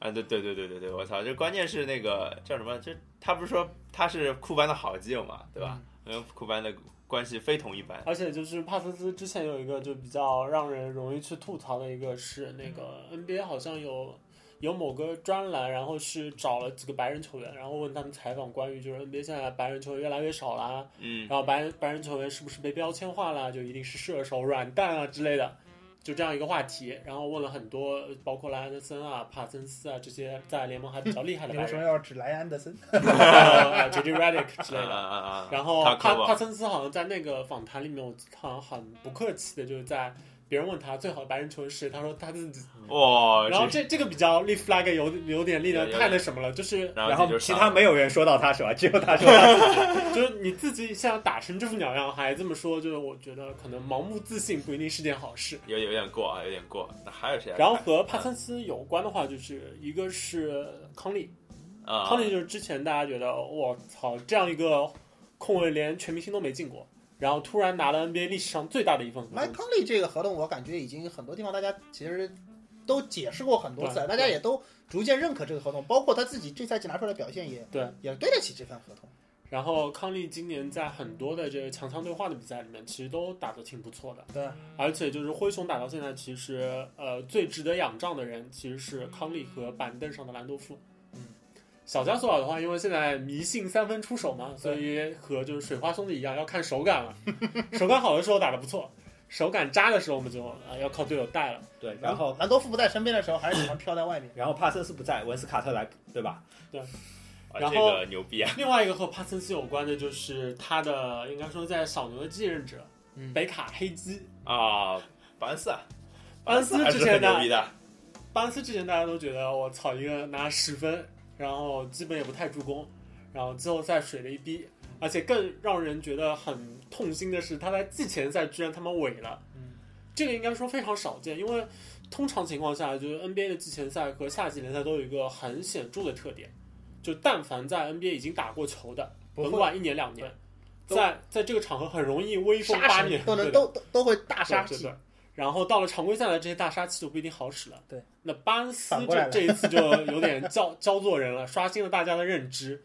S1: 啊，对对对对对对，我操！这关键是那个叫什么？这他不是说他是库班的好基友嘛，对吧？
S3: 嗯
S1: 跟库班的关系非同一般。
S3: 而且就是帕森斯之前有一个就比较让人容易去吐槽的一个是那个 NBA 好像有有某个专栏，然后是找了几个白人球员，然后问他们采访关于就是 NBA 现在白人球员越来越少啦，
S1: 嗯，
S3: 然后白人白人球员是不是被标签化啦，就一定是射手、软蛋啊之类的。就这样一个话题，然后问了很多，包括莱安德森啊、帕森斯啊这些在联盟还比较厉害 的
S2: 你
S3: 白
S2: 为什么
S3: 人，嗯
S2: 要指莱恩安德森？
S3: 呃，J.J. Redick 之类的。
S1: 啊
S3: 然后
S1: 塔
S3: 帕
S1: 科吧
S3: 帕森斯好像在那个访谈里面，我好像很不客气的，就是在别人问他最好的白人球员是谁，他说他自己。
S1: 哇，
S3: 然后这这个比较立 flag 有有点令人
S1: 啊有有
S3: 太那什么了，就是
S1: 然
S4: 然
S1: 后这
S4: 后
S1: 就是啊
S4: 其
S1: 上
S4: 他没有人说到他是吧？只有他说到
S3: 就是你自己像打成这副鸟样还这么说，就是我觉得可能盲目自信不一定是件好事。
S1: 有有点过啊，有点过。那还有谁啊？
S3: 然后和帕森斯有关的话，就是一个是康利，
S1: 啊，
S3: 康利就是之前大家觉得我操这样一个控卫连全明星都没进过，然后突然拿了 NBA 历史上最大的一份合
S2: 麦
S3: 同，
S2: 康利这个合同，我感觉已经很多地方大家其实都解释过很多次了，
S3: 对
S2: 大家也都逐渐认可这个合同，包括他自己这赛季拿出来的表现也
S3: 对，
S2: 也对得起这份合同。
S3: 然后康利今年在很多的这个强强对话的比赛里面，其实都打得挺不错的。
S2: 对，
S3: 而且就是灰熊打到现在，其实呃最值得仰仗的人其实是康利和板凳上的兰多夫。
S2: 嗯，
S3: 小加索尔的话，因为现在迷信三分出手嘛，所以和就是水花兄弟一样，要看手感 了。手感好的时候打得不错，手感渣的时候我们就呃要靠队友带了。
S4: 对，然后。
S2: 哦兰多夫不在身边的时候，还是喜欢飘在外面
S4: 然后帕森斯不在，文斯卡特来对吧？
S1: 啊
S3: 然后
S1: 这个牛逼啊！
S3: 另外一个和帕森斯有关的就是他的应该说在小牛的继任者、
S2: 嗯
S3: 北卡黑鸡。
S1: 啊，巴恩斯啊，
S3: 巴恩斯
S1: 还
S3: 之
S1: 是
S3: 前
S1: 很
S3: 的
S1: 牛逼 的，
S3: 巴恩斯之前大家都觉得我操，一个拿十分，然后基本也不太助攻，然后季后赛水了一逼，而且更让人觉得很痛心的是，他在季前赛居然他妈萎了。
S2: 嗯
S3: 这个应该说非常少见，因为通常情况下，就是 NBA 的季前赛和夏季联赛都有一个很显著的特点，就但凡在 NBA 已经打过球的，
S2: 不会
S3: 甭管一年两年，
S2: 都
S3: 在在这个场合很容易威风
S2: 杀
S3: 八
S2: 手
S3: 面，
S2: 都能
S3: 对的
S2: 都都都会大杀
S3: 对对
S2: 器
S3: 对，然后到了常规赛的这些大杀器就不一定好使了。
S2: 对，
S3: 那巴恩斯
S2: 反过来
S3: 这
S2: 了
S3: 这一次就有点教教做人了，刷新了大家的认知。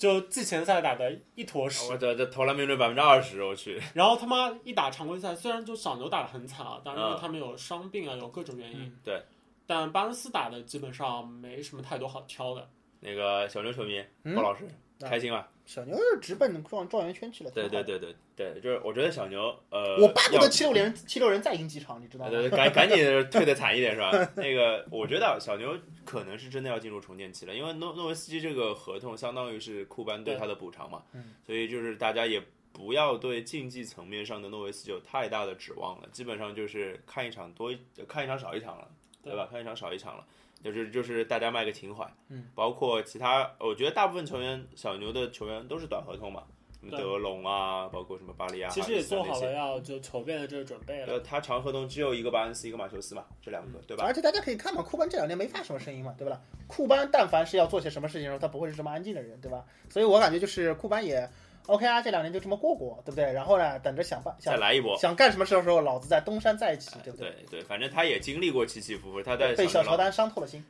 S3: 就季前赛打的一
S1: 哦
S3: 坨
S1: 我
S3: 屎，
S1: 这这投篮命中百分之二十，我去，
S3: 然后他妈一打常规赛，虽然就小牛打的很惨啊，当然因为
S1: 嗯
S3: 他们有伤病啊，有各种原因。
S2: 嗯
S1: 对。
S3: 但巴恩斯打的基本上没什么太多好挑的。
S1: 那个小牛球迷
S2: 嗯
S1: 高老师
S2: 啊
S1: 开心吧？
S2: 小牛就直奔状状元圈去了。
S1: 对
S2: 挺好
S1: 对对
S2: 的。
S1: 对对，就是我觉得小牛呃，
S2: 我巴不
S1: 要
S2: 得七六人七六人再赢几场，你知道
S1: 呃
S2: 吗？
S1: 对，对赶赶紧退的惨一点是吧？那个，我觉得啊小牛可能是真的要进入重建期了，因为诺诺维斯基这个合同相当于是库班对他的补偿嘛，
S2: 嗯
S1: 所以就是大家也不要对竞技层面上的诺维斯基有太大的指望了，基本上就是看一场多一呃看一场少一场了，对吧？看一场少一场了。就是就是大家卖个情怀，
S2: 嗯，
S1: 包括其他，我觉得大部分球员小牛的球员都是短合同嘛，什么
S3: 对
S1: 德隆啊，包括什么巴利亚，
S3: 其实也做
S1: 哈里
S3: 好
S1: 斯啊
S3: 了要就求变的这个准备
S1: 那些，
S3: 了。
S1: 呃，他长合同只有一个巴恩斯，一个马修斯嘛，这两个对吧？
S2: 而且大家可以看嘛，库班这两年没发什么声音嘛，对吧？库班但凡是要做些什么事情的时候，他不会是这么安静的人，对吧？所以我感觉就是库班也 OK 啊，这两年就这么过过，对不对？然后呢，等着想办
S1: 再
S2: 想
S1: 来一哎波。
S2: 想干什么事的时候，老子在东山再起，对不对？
S1: 对对，反正他也经历过起起伏伏，他在
S2: 被小乔
S1: 乔
S2: 丹伤透了心。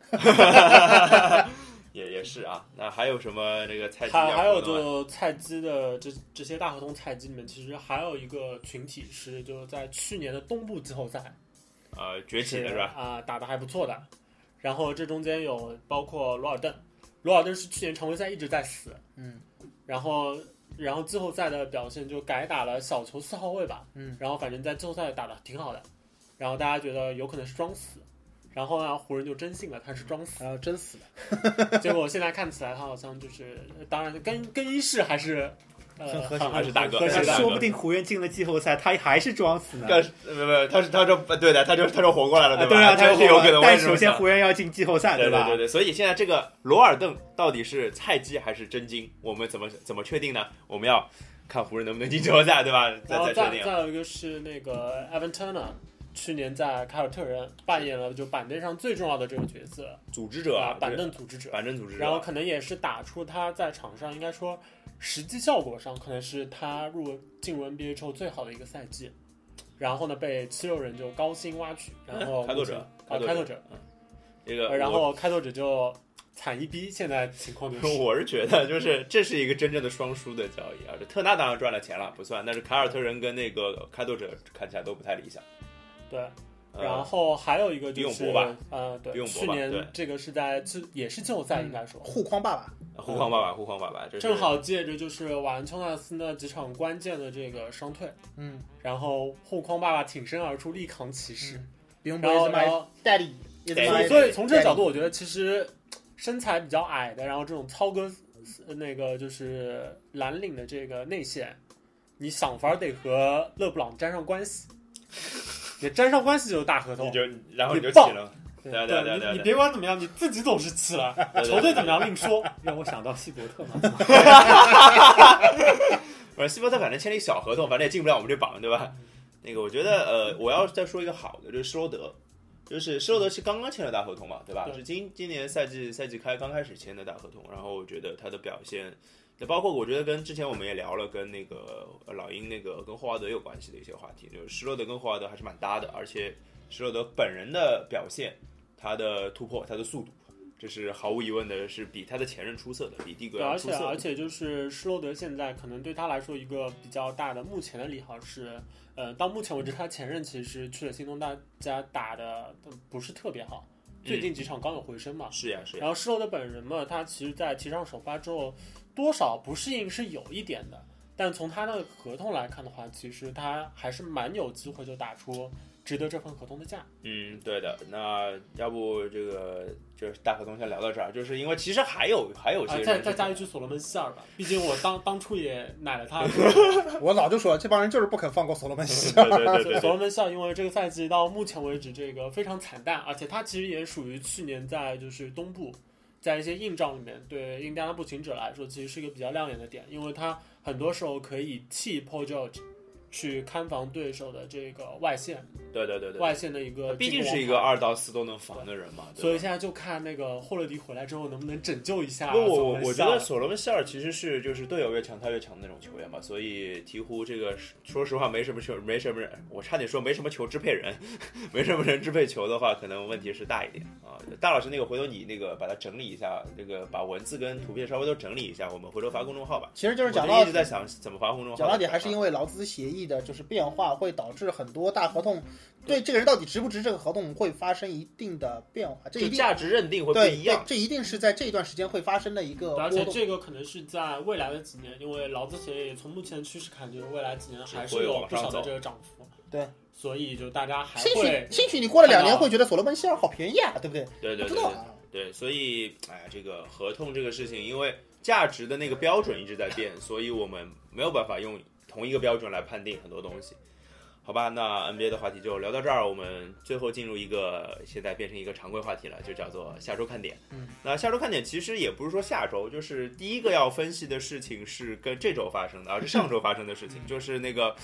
S1: 也也是啊。那还有什么那个菜鸡啊？
S3: 还还有
S1: 活动啊
S3: 就菜鸡的这这些大合同菜鸡里面，其实还有一个群体是就是在去年的东部季后赛
S1: 呃崛起的是吧？
S3: 啊、打得还不错的。然后这中间有包括罗尔顿，罗尔顿是去年常规赛一直在死，
S2: 嗯
S3: 然后然后季后赛的表现就改打了小球四号位吧，
S2: 嗯，
S3: 然后反正在季后赛打得挺好的，然后大家觉得有可能是装死，然后呢湖人就真信了他是装死，
S2: 然后哎真死了。
S3: 结果现在看起来他好像就是，当然更更衣室还是。呃、
S2: 很和谐
S3: 很
S1: 还是大哥
S3: 很和谐
S1: 还
S3: 的
S1: 是大哥
S4: 说不定湖人进了季后赛，他还是 装死呢。
S1: 但是呃不不，他是他说不对的，他就他就活过来了，
S4: 啊，
S1: 吧？
S4: 对啊，他
S1: 这是有可能。
S4: 但
S1: 为什么
S4: 首先
S1: 呢
S4: 湖人要进季后赛，
S1: 对
S4: 吧？
S1: 对对，所以现在这个罗尔顿到底是菜鸡还是真金？我们怎么怎么确定呢？我们要看湖人能不能进季后赛，对吧？
S3: 然后
S1: 再
S3: 再
S1: 再确定。啊
S3: 再有一个是那个 Evan Turner，去年在凯尔特人扮演了就板凳上最重要的这个角色，
S1: 组织者
S3: 啊
S1: 啊，，
S3: 板凳组织者，
S1: 板凳组织者，啊
S3: 然后可能也是打出他在场上应该说实际效果上可能是他入进入 NBA 之后最好的一个赛季。然后呢，被七六人就高薪挖取，然后
S1: 开拓者
S3: 啊，
S1: 开拓者
S3: 开拓者，
S1: 这个
S3: 呃
S1: 我
S3: 然后开拓者就惨一逼，现在情况就 是
S1: 我是觉得，就是这是一个真正的双输的交易啊。这特纳当然赚了钱了，不算，但是凯尔特人跟那个开拓者看起来都不太理想。
S3: 对，
S1: 呃
S3: 然后还有一个就
S1: 比
S3: 是
S1: 永博吧
S3: 呃，
S1: 比
S3: 对，
S1: 永博
S3: 去
S1: 吧对
S3: 年这个是在季也是季后赛
S2: 嗯
S3: 应该说，
S2: 护框爸爸，
S1: 护框爸爸，护框爸爸，这是
S3: 正好借着就是瓦伦丘纳斯那几场关键的这个伤退，
S2: 嗯，
S3: 然后护框爸爸挺身而出，力扛骑士，
S2: 嗯比如
S3: 然后
S2: Is
S3: 然
S2: my
S3: 后
S2: daddy is
S1: 对
S2: my，
S3: 所以从这个角度，我觉得其实身材比较矮的，然后这种操戈呃那个就是蓝领的这个内线，你想法儿得和勒布朗沾上 关系，你沾上关系就是大合
S1: 你
S3: 同。
S1: 就然后你就
S3: 你爆
S1: 起 了，对对对对
S3: 你你
S1: 对
S3: 别管怎么样，你自己总是气了，
S1: 对对
S3: 球队怎么样另说。
S4: 让我想到希伯特嘛，
S1: 反正希伯特反正签了一小合同，反正也进不了我们这榜，对吧？那个我觉得呃，我要再说一个好的，就是施罗德，就是施罗德是刚刚签了大合同嘛，对吧？
S3: 对
S1: 是今今年赛季赛季开刚开始签的大合同，然后我觉得他的表现。那包括我觉得跟之前我们也聊了，跟那个呃老鹰那个跟霍华德有关系的一些话题，就是施罗德跟霍华德还是蛮搭的，而且施罗德本人的表现，他的突破，他的速度，这是毫无疑问的，是比他的前任出色的，比蒂格
S3: 对，啊
S1: 要
S3: 而
S1: 出
S3: 且
S1: 色的。
S3: 而且就是施罗德现在可能对他来说一个比较大的目前的利好是，呃，到目前为止他前任其实去了新东大家打的呃不是特别好，最近几场刚有回升嘛。
S1: 是呀是呀，
S3: 然后施罗德本人嘛，他其实在提上首发之后，多少不适应是有一点的，但从他的合同来看的话，其实他还是蛮有机会就打出值得这份合同的价。
S1: 嗯，对的。那要不这个就是大合同先聊到这儿，就是因为其实还有还有
S3: 啊、
S1: 些人、
S3: 再再加一句索罗门希尔吧，毕竟我当当初也奶了他。
S2: 我早就说这帮人就是不肯放过所罗门希。
S1: 对对对对
S3: 索
S1: 对
S3: 罗门笑，因为这个赛季到目前为止，这个非常惨淡，而且他其实也属于去年在就是东部，在一些硬仗里面，对印第安纳步行者来说，其实是一个比较亮眼的点，因为他很多时候可以替 Paul George 去看防对手的这个外线，
S1: 对对对对，
S3: 外线的一
S1: 他
S3: 个，
S1: 毕竟是一个，二到四都能防的人嘛，对吧
S3: 所以现在就看那个霍勒迪回来之后能不能拯救一下
S1: 不，
S3: 索
S1: 我
S3: 罗
S1: 我
S3: 门
S1: 我
S3: 西
S1: 觉得
S3: 尔
S1: 索罗门希尔其实是就是队友越强他越强的那种球员嘛，所以鹈鹕这个是说实话没什么球没什么人，我差点说没什么球支配人，没什么人支配球的话，可能问题是大一点啊。大老师那个回头你那个把它整理一下，那个把文字跟图片稍微都整理一下，我们回头发公众号吧。
S2: 其实就是讲
S1: 我
S2: 到
S1: 一直在想怎么发公众号，
S2: 讲到底还是因
S1: 为
S2: 为劳资协议的就是变化，会导致很多大合同对这个人到底值不值这个合同会发生一定的变化，这
S1: 就
S2: 一定
S1: 价值认定会不
S2: 对
S1: 一
S2: 对
S1: 样，。
S2: 这一定是在这一段时间会发生的一个
S3: 对而
S2: 波
S3: 且
S2: 动。
S3: 这个可能是在未来的几年，因为劳资协议从目前的趋势看，就是未来几年还是有不少的这个涨幅。
S2: 对，
S3: 所以就大家还
S2: 兴许
S3: 会
S2: 兴许你过了两年
S3: 看到
S2: 会觉得所罗门希尔好便宜啊，对不对？
S1: 对对
S2: 不知
S1: 对
S2: 道
S1: 对
S2: 啊。
S1: 对，所以哎，这个合同这个事情，因为价值的那个标准一直在变，所以我们没有办法用同一个标准来判定很多东西。好吧，那 NBA 的话题就聊到这儿，我们最后进入一个现在变成一个常规话题了，就叫做下周看点。
S2: 嗯，
S1: 那下周看点其实也不是说下周，就是第一个要分析的事情是跟这周发生的，啊而是上周发生的事
S2: 嗯
S1: 情，就是那个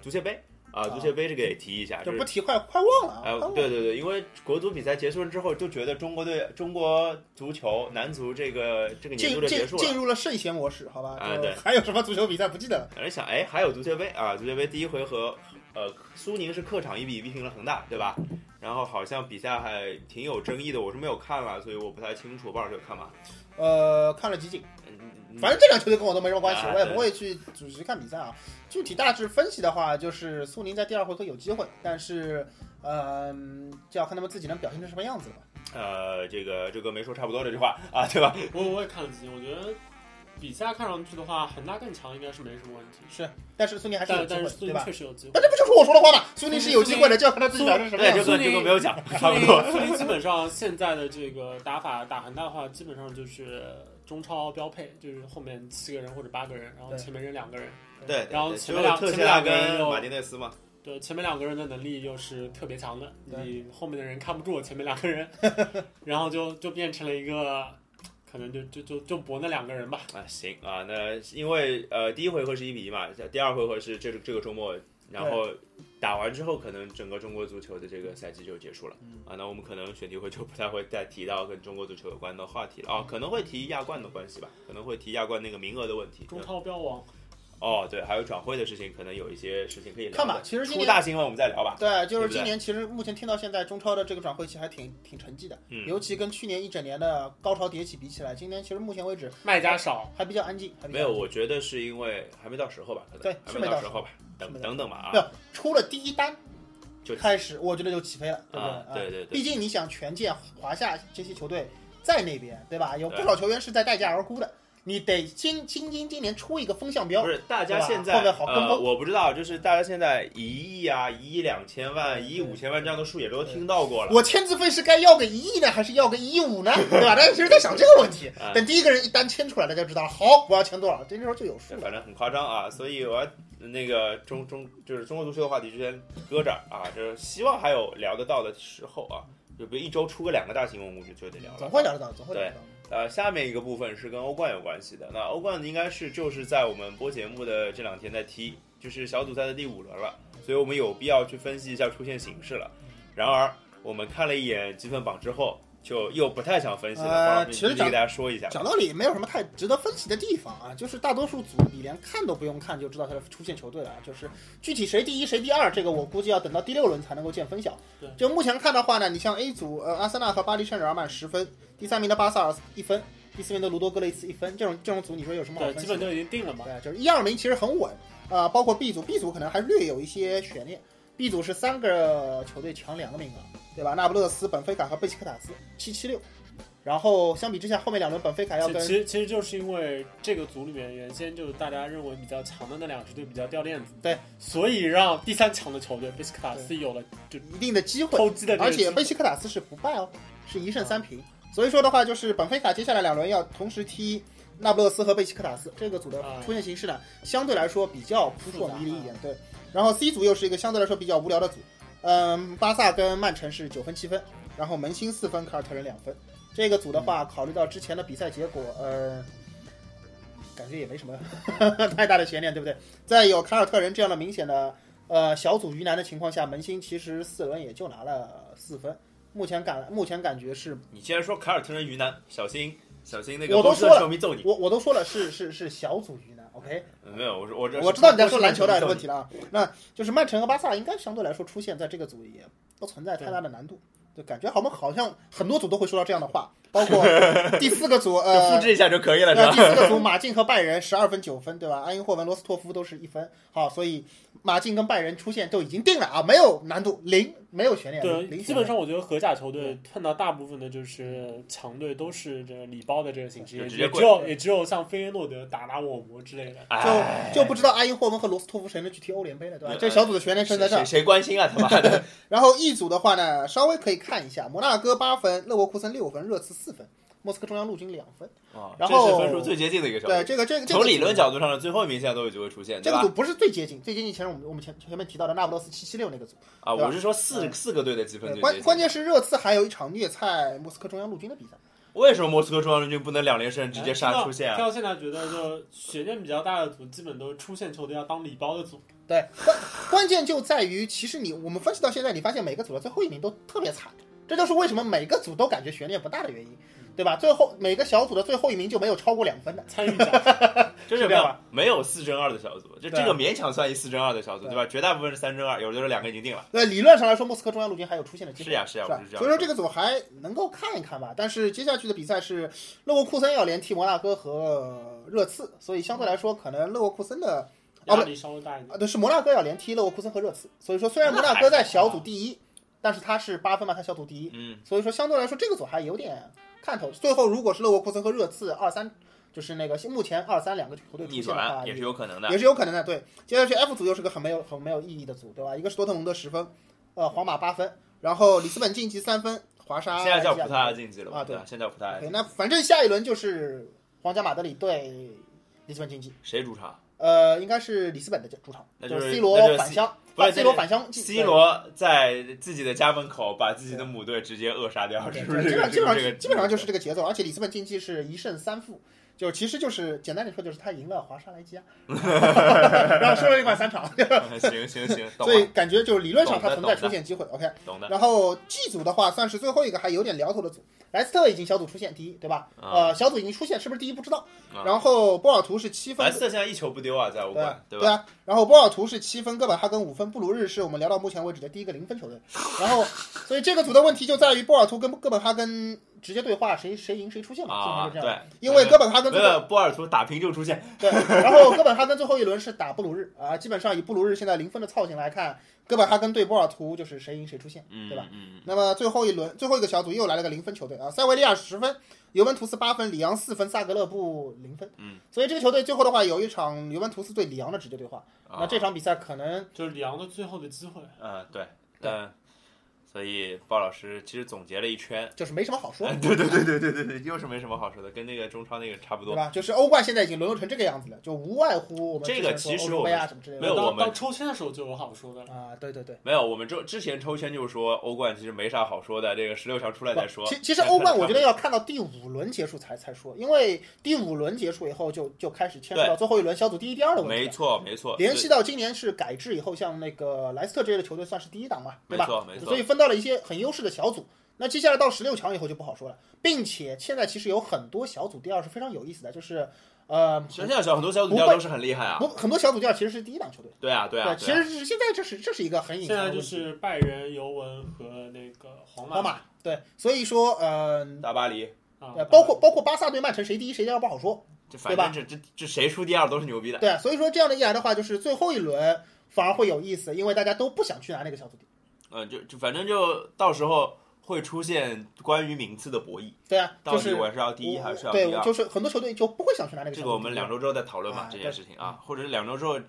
S1: 足协杯啊，足协杯这个也提一下，
S2: 就
S1: 就是
S2: 不提快快忘了啊！
S1: 哎
S2: 快忘，了
S1: 对对对，因为国足比赛结束了之后，就觉得中国队、中国足球男足这个这个年度
S2: 进
S1: 就结
S2: 进
S1: 束
S2: 进
S1: 了。
S2: 入了圣贤模式，好吧？
S1: 哎
S2: 就
S1: 对
S2: 还有什么足球比赛不记得了？
S1: 有人想，哎，还有足协杯啊！足协杯第一回合，呃，苏宁是客场一比一逼平了恒大，对吧？然后好像比赛还挺有争议的，我是没有看了，所以我不太清楚。鲍老师有看吗？
S2: 呃，看了集锦，
S1: 嗯，
S2: 反正这两球队跟我都没什么关系，
S1: 哎
S2: 我也
S1: 对
S2: 不会去仔细看比赛啊。具体大致分析的话，就是苏宁在第二回合有机会，但是，嗯、就要看他们自己能表现成什么样子了吧。
S1: 呃，这个这个没说差不多这句话啊，对吧？
S3: 我我也看了几集，我觉得比赛看上去的话，恒大更强应该是没什么问题。
S2: 是，但是苏宁还是有
S3: 但
S2: 机
S3: 但
S2: 会
S3: 是，苏
S2: 对
S3: 宁
S2: 吧？
S3: 确实有 机会
S2: 那。这不就是我说的话吗？苏宁是有机会的，就要看他自己表现成什么
S1: 对，
S2: 样
S1: 这
S2: 子。
S1: 个这个没有讲，差不多。
S3: 多。苏宁基本上现在的这个打法打恒大的话，基本上就是中超标配，就是后面七个人或者八个人，然后
S2: 对
S3: 前面扔两个人。
S1: 对，对
S3: 然后
S1: 对
S3: 前
S1: 只
S3: 面
S1: 有
S3: 两
S1: 特
S3: 前
S1: 谢
S3: 面
S1: 拉
S3: 两个人
S1: 跟
S3: 又
S1: 马丁内斯嘛，
S3: 对，前面两个人的能力又是特别强的，
S2: 对
S3: 你后面的人看不住前面两 个人，然后就就变成了一个，可能就就就就搏那两个人吧。
S1: 啊，行啊，那因为呃第一回合是一比一嘛，第二回合是这这个周末，然后打完之后，可能整个中国足球的这个赛季就结束了、
S2: 嗯
S1: 啊。那我们可能选题会就不太会再提到跟中国足球有关的话题了啊，可能会提亚冠的关系吧，可能会提亚冠那个名额的问题。
S3: 中超标王，
S1: 哦，对，还有转会的事情，可能有一些事情可以聊。
S2: 看吧，，其实今
S1: 出
S2: 年
S1: 大新闻我们再聊吧。
S2: 对，就
S1: 对
S2: 是
S1: 不对
S2: 今年，其实目前听到现在中超的这个转会期还挺挺沉寂的，
S1: 嗯
S2: 尤其跟去年一整年的高潮迭起比起来，今年其实目前为止
S3: 卖家少，
S2: 还比较安静，还比较
S1: 没有，我觉得是因为还没到时候吧，可能
S2: 对
S1: 还
S2: 是
S1: 没
S2: 没到
S1: 时
S2: 时
S1: 候吧，
S2: 是没
S1: 等
S2: 到
S1: 等等吧啊
S2: 没。有出了第一单
S1: 就
S2: 开始，我觉得就起飞了，对不
S1: 啊，
S2: 对？
S1: 对
S2: 啊
S1: 对对，
S2: 毕竟你想权健、华夏这些球队在那边，对吧？有不
S1: 对
S2: 少球员是在待价而沽的，你得今今今今年出一个风向标
S1: 不。是，大家现在
S2: 对吧会不会好跟
S1: 呃，
S2: 风
S1: 我不知道，就是大家现在一亿啊、一亿两千万、一亿五千万这样的数也都听到过了。
S2: 我签字费是该要个一亿呢，还是要个一亿 五呢？对吧？大家其实在想这个问题
S1: 啊。
S2: 等第一个人一单签出来，大家就知道了好，我要签多少，这时候就有数
S1: 对
S2: 了。
S1: 反正很夸张啊，所以我要那个中中就是中国足球的话题就先搁这儿啊，就是希望还有聊得到的时候啊，就比如一周出个两个大新闻，我就觉得聊了。
S2: 总会聊得到，总会聊得到。
S1: 呃，下面一个部分是跟欧冠有关系的。那欧冠应该是就是在我们播节目的这两天在踢，就是小组赛的第五轮了，所以我们有必要去分析一下出现形势了。然而，我们看了一眼积分榜之后，就又不太想分析了。
S2: 呃
S1: 黄老师
S2: 其实
S1: 你
S2: 讲
S1: 给大家说一下吧。
S2: 讲道理，没有什么太值得分析的地方啊，就是大多数组你连看都不用看就知道它的出线球队了啊，就是具体谁第一谁第二，这个我估计要等到第六轮才能够见分晓
S3: 对。
S2: 就目前看的话呢，你像 A 组，呃，阿森纳和巴黎圣日耳曼十分，第三名的巴萨一分，第四名的卢多格雷茨一分，这种这种组你说有什么好
S3: 对，
S2: 分
S3: 基
S2: 析的
S3: 本？都已经定了嘛。
S2: 对，就是一二名其实很稳啊、包括 B 组，B 组可能还略有一些悬念。B 组是三个球队抢两个名额，对吧？那不勒斯、本菲卡和贝西克塔斯，七七六。然后相比之下，后面两轮本菲哎卡要
S3: 其
S2: 跟
S3: 其实其实就是因为这个组里面原先就是大家认为比较强的那两支队比较掉链子，
S2: 对，
S3: 所以让第三强的球队贝斯卡斯有了就
S2: 一定的机会，
S3: 偷鸡的这个
S2: 而
S3: 机会，啊
S2: 且贝西克塔斯是不败哦，是一胜三平。所以说的话，就是本菲卡接下来两轮要同时踢那不勒斯和贝西克塔斯，这个组的
S3: 啊
S2: 出现形势呢，相对来说比较扑朔迷离一点
S3: 复。
S2: 对，然后 C 组又是一个相对来说比较无聊的组，嗯，巴萨跟曼城是九分七分，然后门兴四分，凯尔特人两分。这个组的话，考虑到之前的比赛结果，呃，感觉也没什么 太大的悬念，对不对？在有凯尔特人这样的明显的呃小组鱼腩的情况下，门兴其实四轮也就拿了四分。目前感目前感觉是
S1: 你既然说凯尔特人云南，小心小心那个
S2: 我都
S1: 波士顿
S2: 说了
S1: 球迷揍你。嗯
S2: 我我都说了是是是小组鱼腩，OK，
S1: 没有，我说我这
S2: 我知道你在说篮球的问题了啊，那就是曼城和巴萨应该相对来说出现在这个组也不存在太大的难度，就感觉好像好像很多组都会说到这样的话，包 括第四个组
S1: 就复
S2: 呃。
S1: 制一下就可以了，是
S2: 那
S1: 吧？
S2: 第四个组，马竞和拜仁十二分九分，对吧？安因霍文、罗斯托夫都是一分。好，所以马竞跟拜仁出线都已经定了啊，没有难度，零，没有悬念，零
S3: 对，啊
S2: 悬
S3: 基本
S2: 念
S3: 上我觉得荷甲球
S2: 嗯
S3: 队碰到大部分的就是强队都是这个礼包的这个形式，
S1: 就
S3: 也
S1: 直接
S3: 也
S1: 跪
S3: 只有也只有像菲耶诺德打打我国之类的。
S1: 哎
S2: 就就不知道阿因霍文和罗斯托夫谁能去踢欧联杯了，对吧？
S1: 嗯
S2: 这小组的悬念正在
S1: 谁
S2: 这儿
S1: 谁。谁关心啊？他妈 的，
S2: 然后 E 组的话呢，稍微可以看一下，摩纳哥八分，勒沃库森六分，热刺四分，莫斯科中央陆军两分。
S1: 哦
S2: 然
S1: 这是
S2: 后
S1: 分数最接近的一个小组。
S2: 对，这个这个这个
S1: 从理论
S2: 组
S1: 角度上呢，最后一名现在都有机会出现，
S2: 这
S1: 对
S2: 个
S1: 吧
S2: 组？不是最接近，最接近前面我们我们前前面提到的那不勒斯七七六那个组。
S1: 啊，
S2: 对吧
S1: 我是说四
S2: 嗯
S1: 四个队的积分最接
S2: 关
S1: 近。
S2: 关键是热刺还有一场虐菜莫斯科中央陆军的比赛。
S1: 为什么莫斯科中央陆军不能两连胜直接杀出线
S3: 哎
S1: 啊？
S3: 到现在觉得，就悬念比较大的组，基本都是出线球队要当礼包的 组。
S2: 对，关关键就在于，其实你我们分析到现在，你发现每个组的最后一名都特别惨，这就是为什么每个组都感觉悬念不大的原因，对吧？最后每个小组的最后一名就没有超过两分的。
S3: 参与奖
S1: 就是是
S2: 这
S1: 没
S2: 样
S1: 有
S2: 吧
S1: 没有四争二的小组，就
S2: 对啊
S1: 这个勉强算一四争二的小组，
S2: 对
S1: 对吧？绝大部分是三争二，有的时候两个已经定了。
S2: 那理论上来说，莫斯科中央陆军还有出现的机会。
S1: 是呀是呀，我
S2: 吧
S1: 是？这样。
S2: 啊所以说这个组还能够看一看吧，但是接下去的比赛是勒沃库森要连踢摩纳哥和热刺，所以相对来说，可能勒沃库森的
S3: 压力稍微大一点。
S2: 啊，对，是摩纳哥要连踢勒沃库森和热刺，所以说虽然摩纳哥在小组第一，但是他是八分嘛，他小组第一，
S1: 嗯，
S2: 所以说相对来说这个组还有点看头。最后如果是勒沃库森和热刺二三，就是那个目前二三两个球队出
S1: 逆
S2: 现的话
S1: 转，也是有可能的
S2: 也。是有可能的。对，接下去 F 组又是个很没有很没有意义的组，对吧？一个是多特蒙德十分，呃，皇马八分，然后里斯本晋级三分，华沙
S1: 现在叫葡萄牙
S2: 牙。
S1: 晋级了
S2: 啊
S1: 嘛？
S2: 对
S1: 吧？现在叫葡萄牙
S2: OK，
S1: 晋级，
S2: 那反正下一轮就是皇家马德里对里斯本晋级，
S1: 谁主场？
S2: 呃，应该是里斯本的主场，
S1: 那
S2: 就
S1: 就是
S2: C
S1: 那就
S2: 罗
S1: 是
S2: 返
S1: C-
S2: 乡，啊
S1: 不是
S2: C 罗
S1: 那就
S2: 返乡
S1: C 罗在自己的家门口把自己的母队直接扼杀掉，是
S2: 对基
S1: 不是？
S2: 本上基
S1: 这
S2: 本
S1: 个
S2: 上
S1: 这个
S2: 基本上就是这个节奏，而且里斯本竞技是一胜三负，就其实就是简单点说就是他赢了华沙莱 基亚，然后输了另外三场，
S1: 嗯行行行，懂
S2: 所以
S1: 了
S2: 感觉就是理论上他存
S1: 懂
S2: 在
S1: 的
S2: 出现机会。OK，
S1: 懂的。
S2: 然后 G 组的话算是最后一个还有点聊头的组，莱斯特已经小组出线第一，对吧？
S1: 啊
S2: 呃，小组已经出线，是不是第一不知道
S1: 啊。
S2: 然后波尔图是七分
S1: 莱斯，特现在一球不丢啊，在欧
S2: 对
S1: 冠
S2: 啊，
S1: 对
S2: 对
S1: 吧？
S2: 啊，然后波尔图是七分，哥本哈根五分，布鲁日是我们聊到目前为止的第一个零分球队。然后，所以这个组的问题就在于波尔图跟哥本哈根直接对话，谁谁赢谁出线嘛，基本上
S1: 啊，
S2: 就这样。
S1: 对，
S2: 因为哥本哈根
S1: 没
S2: 最后
S1: 有波尔图打平就出现，
S2: 对，然后哥本哈根最后一轮是打布鲁日啊，基本上以布鲁日现在零分的操行来看，哥本哈根对波尔图就是谁赢谁出线。
S1: 嗯，
S2: 对吧
S1: 嗯，
S2: 那么最后一轮最后一个小组又来了个零分球队啊，塞维利亚十分，尤文图斯八分，里昂四分，萨格勒布零分。
S1: 嗯，
S2: 所以这个球队最后的话有一场尤文图斯对里昂的直接对话，
S1: 啊
S2: 那这场比赛可能
S3: 就是里昂的最后的机会。
S1: 呃，对，嗯，所以鲍老师其实总结了一 圈，
S2: 就是没什么好说
S1: 哎，
S2: 的，
S1: 对对对对对对对，又是没什么好说的，跟那个中超那个差不
S2: 对
S1: 多。
S2: 啊吧？就是欧冠现在已经沦落成这个样子了，就无外乎我们
S1: 这个
S2: 之前
S1: 其
S2: 说
S1: 实
S2: 欧洲
S1: 我
S2: 杯
S1: 们
S2: 啊什么之类的
S1: 没有我
S3: 到
S1: 们
S3: 到抽签的时候就有好说的了。
S2: 啊，对对对。
S1: 没有，我们之之前抽签就是说欧冠其实没啥好说的，这个十六强出来再说
S2: 不。其其实欧冠我觉得要看到第五轮结束才才说，因为第五轮结束以后就就开始牵扯到最后一轮小组第一、第二的问题啊
S1: 没
S2: 了。
S1: 错没错，
S2: 联系到今年是改制以后，像那个莱斯特这类的球队算是第一档嘛，
S1: 没没
S2: 对吧？
S1: 错没错
S2: 所以，分到了一些很优势的小组。那接下来到十六强以后就不好说了，并且现在其实有很多小组第二是非常有意思的，就是呃，
S1: 现在小很多小组第二都是很厉害啊
S2: 不，，很多小组第二其实是第一档球队。
S1: 对啊对啊，
S2: 其实是现在这是这是一个很隐
S3: 现
S2: 藏的
S3: 在
S2: 问题。
S3: 就是拜仁、尤文和那个皇马
S2: 皇马对，所以说呃，
S1: 大巴黎，
S3: 啊
S2: 呃，包括包括巴萨对曼城谁第一谁第二不好说，
S1: 这反正这这这谁出第二都是牛逼的。
S2: 对啊，所以说这样的一来的话，就是最后一轮反而会有意思，因为大家都不想去拿那个小组第一。
S1: 嗯，就就反正就到时候会出现关于名次的博弈，
S2: 对啊，
S1: 到
S2: 就
S1: 底
S2: 是
S1: 我是要第一还是要第
S2: 对，
S1: 二？
S2: 就是很多球队就不会想去拿那个小组第一。
S1: 这个我们两周之后再讨论吧
S2: 啊，
S1: 这件事情啊，或者是两周之后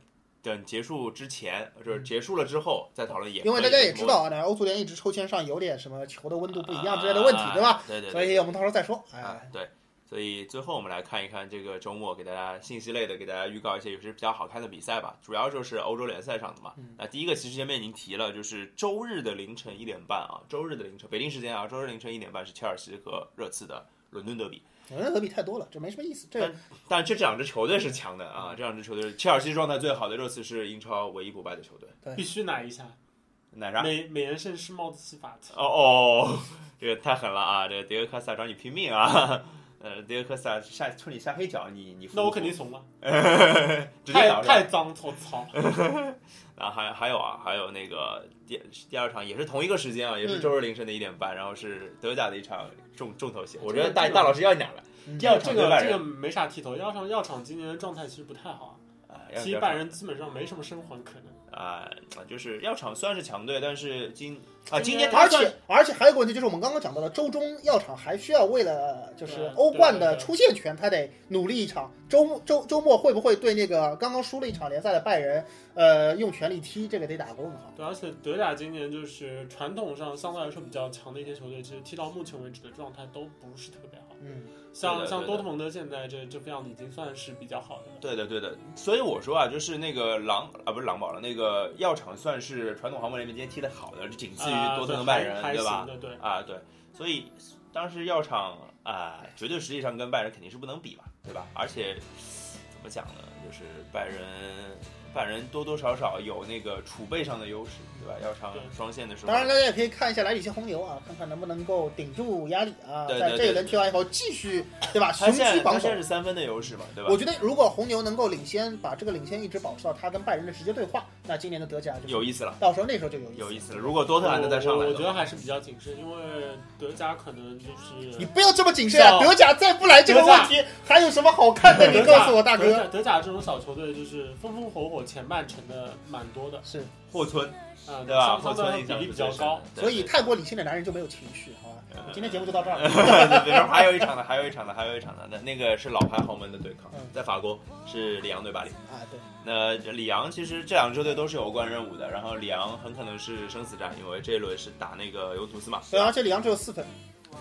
S1: 等结束之前，就是结束了之后再讨论也可以。
S2: 嗯因为大家也知道
S1: 啊
S2: 啊，那欧足联一直抽签上有点什么球的温度不一样之类的问题，对吧？？
S1: 啊对对对。
S2: 所以我们到时候再说。
S1: 啊
S2: 哎，，
S1: 对，所以最后我们来看一看这个周末给大家信息类的，给大家预告一些有些比较好看的比赛吧，主要就是欧洲联赛上的嘛。
S3: 嗯
S1: 那第一个其实前面已经提了，就是周日的凌晨一点半啊，周日的凌晨北京时间啊，周日凌晨一点半是切尔西和热刺的伦敦德比，
S2: 伦敦德比太多了，这没什么意思。这
S1: 但这两支球队是强的啊，这两支球队切尔西状态最好的，热刺是英超唯一不败的球队，
S3: 必须奶一下
S1: 奶啥？
S3: 美美颜盛世帽子戏法。
S1: 哦哦， 这个太狠了啊！这个迭戈科萨找你拼命啊！呃，迭戈科萨下冲你下黑脚，你你服
S3: 那我
S1: 不服
S3: 肯定怂了，
S1: 直接
S3: 太
S1: 打是吧
S3: 太脏，我操！
S1: 啊，还还有啊，还有那个第第二场也是同一个时间啊，
S3: 嗯
S1: 也是周日凌晨的一点半，然后是德甲的一场重重头戏，我觉得大
S3: 这个
S1: 大老师要你俩了，
S2: 嗯
S1: 第二
S3: 这
S1: 场
S3: 个
S1: 对拜
S3: 这
S1: 仁
S3: 个没啥剃头，药厂药厂今年的状态其实不太好，
S1: 啊，要
S3: 其
S1: 要
S3: 实拜仁基本上没什么生还可能。
S1: 啊，就是药厂虽然是强队，但是今啊今
S3: 今
S1: 年
S3: 年
S1: 他
S2: 而
S1: 算
S2: 且而且还有个问题，就是我们刚刚讲到的，周中药厂还需要为了就是
S3: 对
S2: 欧冠
S3: 对
S2: 的
S3: 对
S2: 出线权，他得努力一场。周末周周末会不会对那个刚刚输了一场联赛的拜仁，呃，用全力踢？这个得打个问号。
S3: 对，而且德甲今年就是传统上相对来说比较强的一些球队，其实踢到目前为止的状态都不是特别好。
S2: 嗯，
S1: 对
S3: 像
S1: 的
S3: 像
S1: 对的
S3: 多特蒙德现在这这副样子已经算是比较好的了。
S1: 对的对的，所以我说啊，就是那个狼啊不是狼堡了，那个药厂算是传统豪门联盟今天踢的好的，就仅次于
S3: 啊
S1: 多特
S3: 对
S1: 蒙
S3: 还
S1: 拜仁
S3: 还
S1: 对吧
S3: 行？的，对，
S1: 啊，对，所以当时药厂啊，绝对实力上跟拜仁肯定是不能比嘛，对吧？而且怎么讲呢，就是拜仁，拜仁多多少少有那个储备上的优势，对吧？药厂
S3: 对
S1: 双线的时候，
S2: 当然大家也可以看一下莱比锡红牛啊，看看能不能够顶住压力啊，
S1: 对
S2: 在
S1: 对
S2: 这一
S1: 对
S2: 轮踢完以后继续对吧，
S1: 他
S2: 雄
S1: 现在
S2: 居
S1: 他
S2: 榜首
S1: 现在。是三分的优势嘛，对吧
S2: 我？觉得如果红牛能够领先，把这个领先一直保持到他跟拜仁的直接对话，那今年的德甲就是
S1: 有意思了，
S2: 到时候那时候就有意思。
S1: 有意思了。如果多特兰德再上来
S3: 我
S1: 的
S3: 我觉得
S1: 话，
S3: 还是比较谨慎，因为德甲可能就是
S2: 你不要这么谨慎啊！
S3: 叫
S2: 德甲再不来这个问题，还有什么好看的？你
S3: 德
S2: 告
S3: 甲
S2: 诉我，大
S3: 德
S2: 哥。
S3: 甲德甲这种小球队就是风风火火，前半程的蛮多的，
S2: 是，
S1: 霍村
S3: 嗯，
S1: 对吧？霍
S3: 相相对来
S1: 村印象
S3: 说比例
S1: 是
S3: 比
S1: 最
S3: 较
S1: 深
S3: 高
S1: 的。，对
S2: 所以
S1: 对呃
S2: 泰国理性的男人就没有情绪，好吧？今天节目就到这 儿了。啊
S1: 对对对，还有一场呢，还有一场呢，还有一场呢。那那个是老牌豪门的对抗
S2: 嗯，
S1: 在法国是里昂对巴黎。
S2: 啊，对，
S1: 那里昂呃其实这两支队都是有冠任务的，然后里昂很可能是生死战，因为这一轮是打那个尤文图斯嘛，
S2: 对，而啊且里昂只有四分，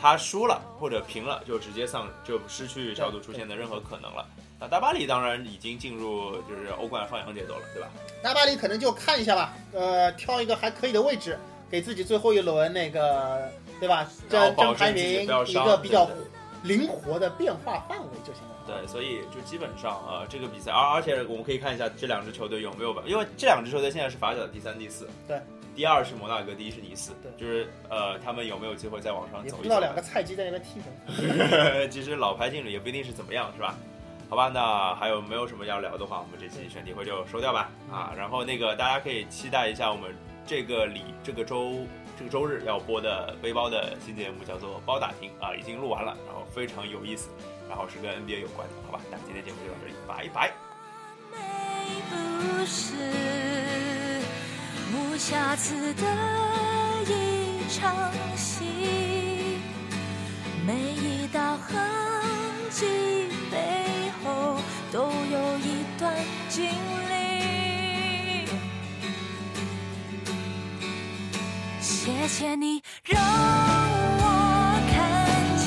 S1: 他输了或者平了就直接丧，就失去小组出现的任何可能了。那大巴黎当然已经进入就是欧冠放羊节奏了，对吧？
S2: 大巴黎可能就看一下吧，呃，挑一个还可以的位置，给自己最后一轮那个，对吧？
S1: 然后
S2: 争
S1: 保
S2: 争
S1: 证
S2: 排
S1: 自己
S2: 名，
S1: 不要
S2: 一
S1: 伤
S2: 个比较
S1: 对
S2: 灵活的变化范围就行了。
S1: 对，所以就基本上呃这个比赛，而、而且我们可以看一下这两支球队有没有吧，因为这两支球队现在是法甲的第三、第四，
S2: 对，
S1: 第二是摩纳哥，第一是尼斯，
S2: 对
S1: 就是呃他们有没有机会再往上
S2: 也
S1: 走一
S2: 不知道
S1: 走？
S2: 两个菜鸡在那边踢什么。
S1: 其实老牌劲旅也不一定是怎么样，是吧？好吧，那还有没有什么要聊的话，我们这期选题会就收掉吧啊。然后那个大家可以期待一下我们这个礼这个周这个周日要播的背包的新节目，叫做包打听啊，已经录完了，然后非常有意思，然后是跟 NBA 有关的，好吧？那今天节目就到这里，拜拜。
S5: 美不是无瑕疵的一场戏，每一道痕迹背后都有一段经历。谢谢你让我看见。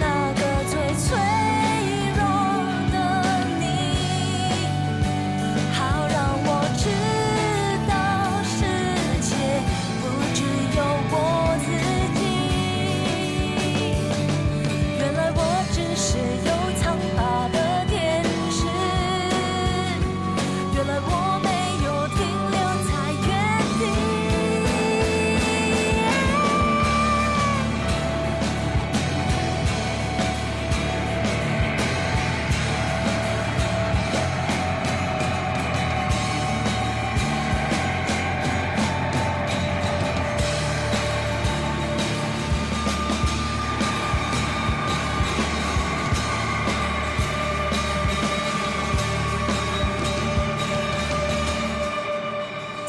S5: 那个最脆弱的你，好让我知道世界不只有我自己。原来我只是有苍白的天使，原来我没有停留在原地。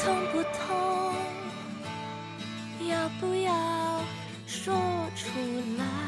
S5: 痛不痛？要不要说出来？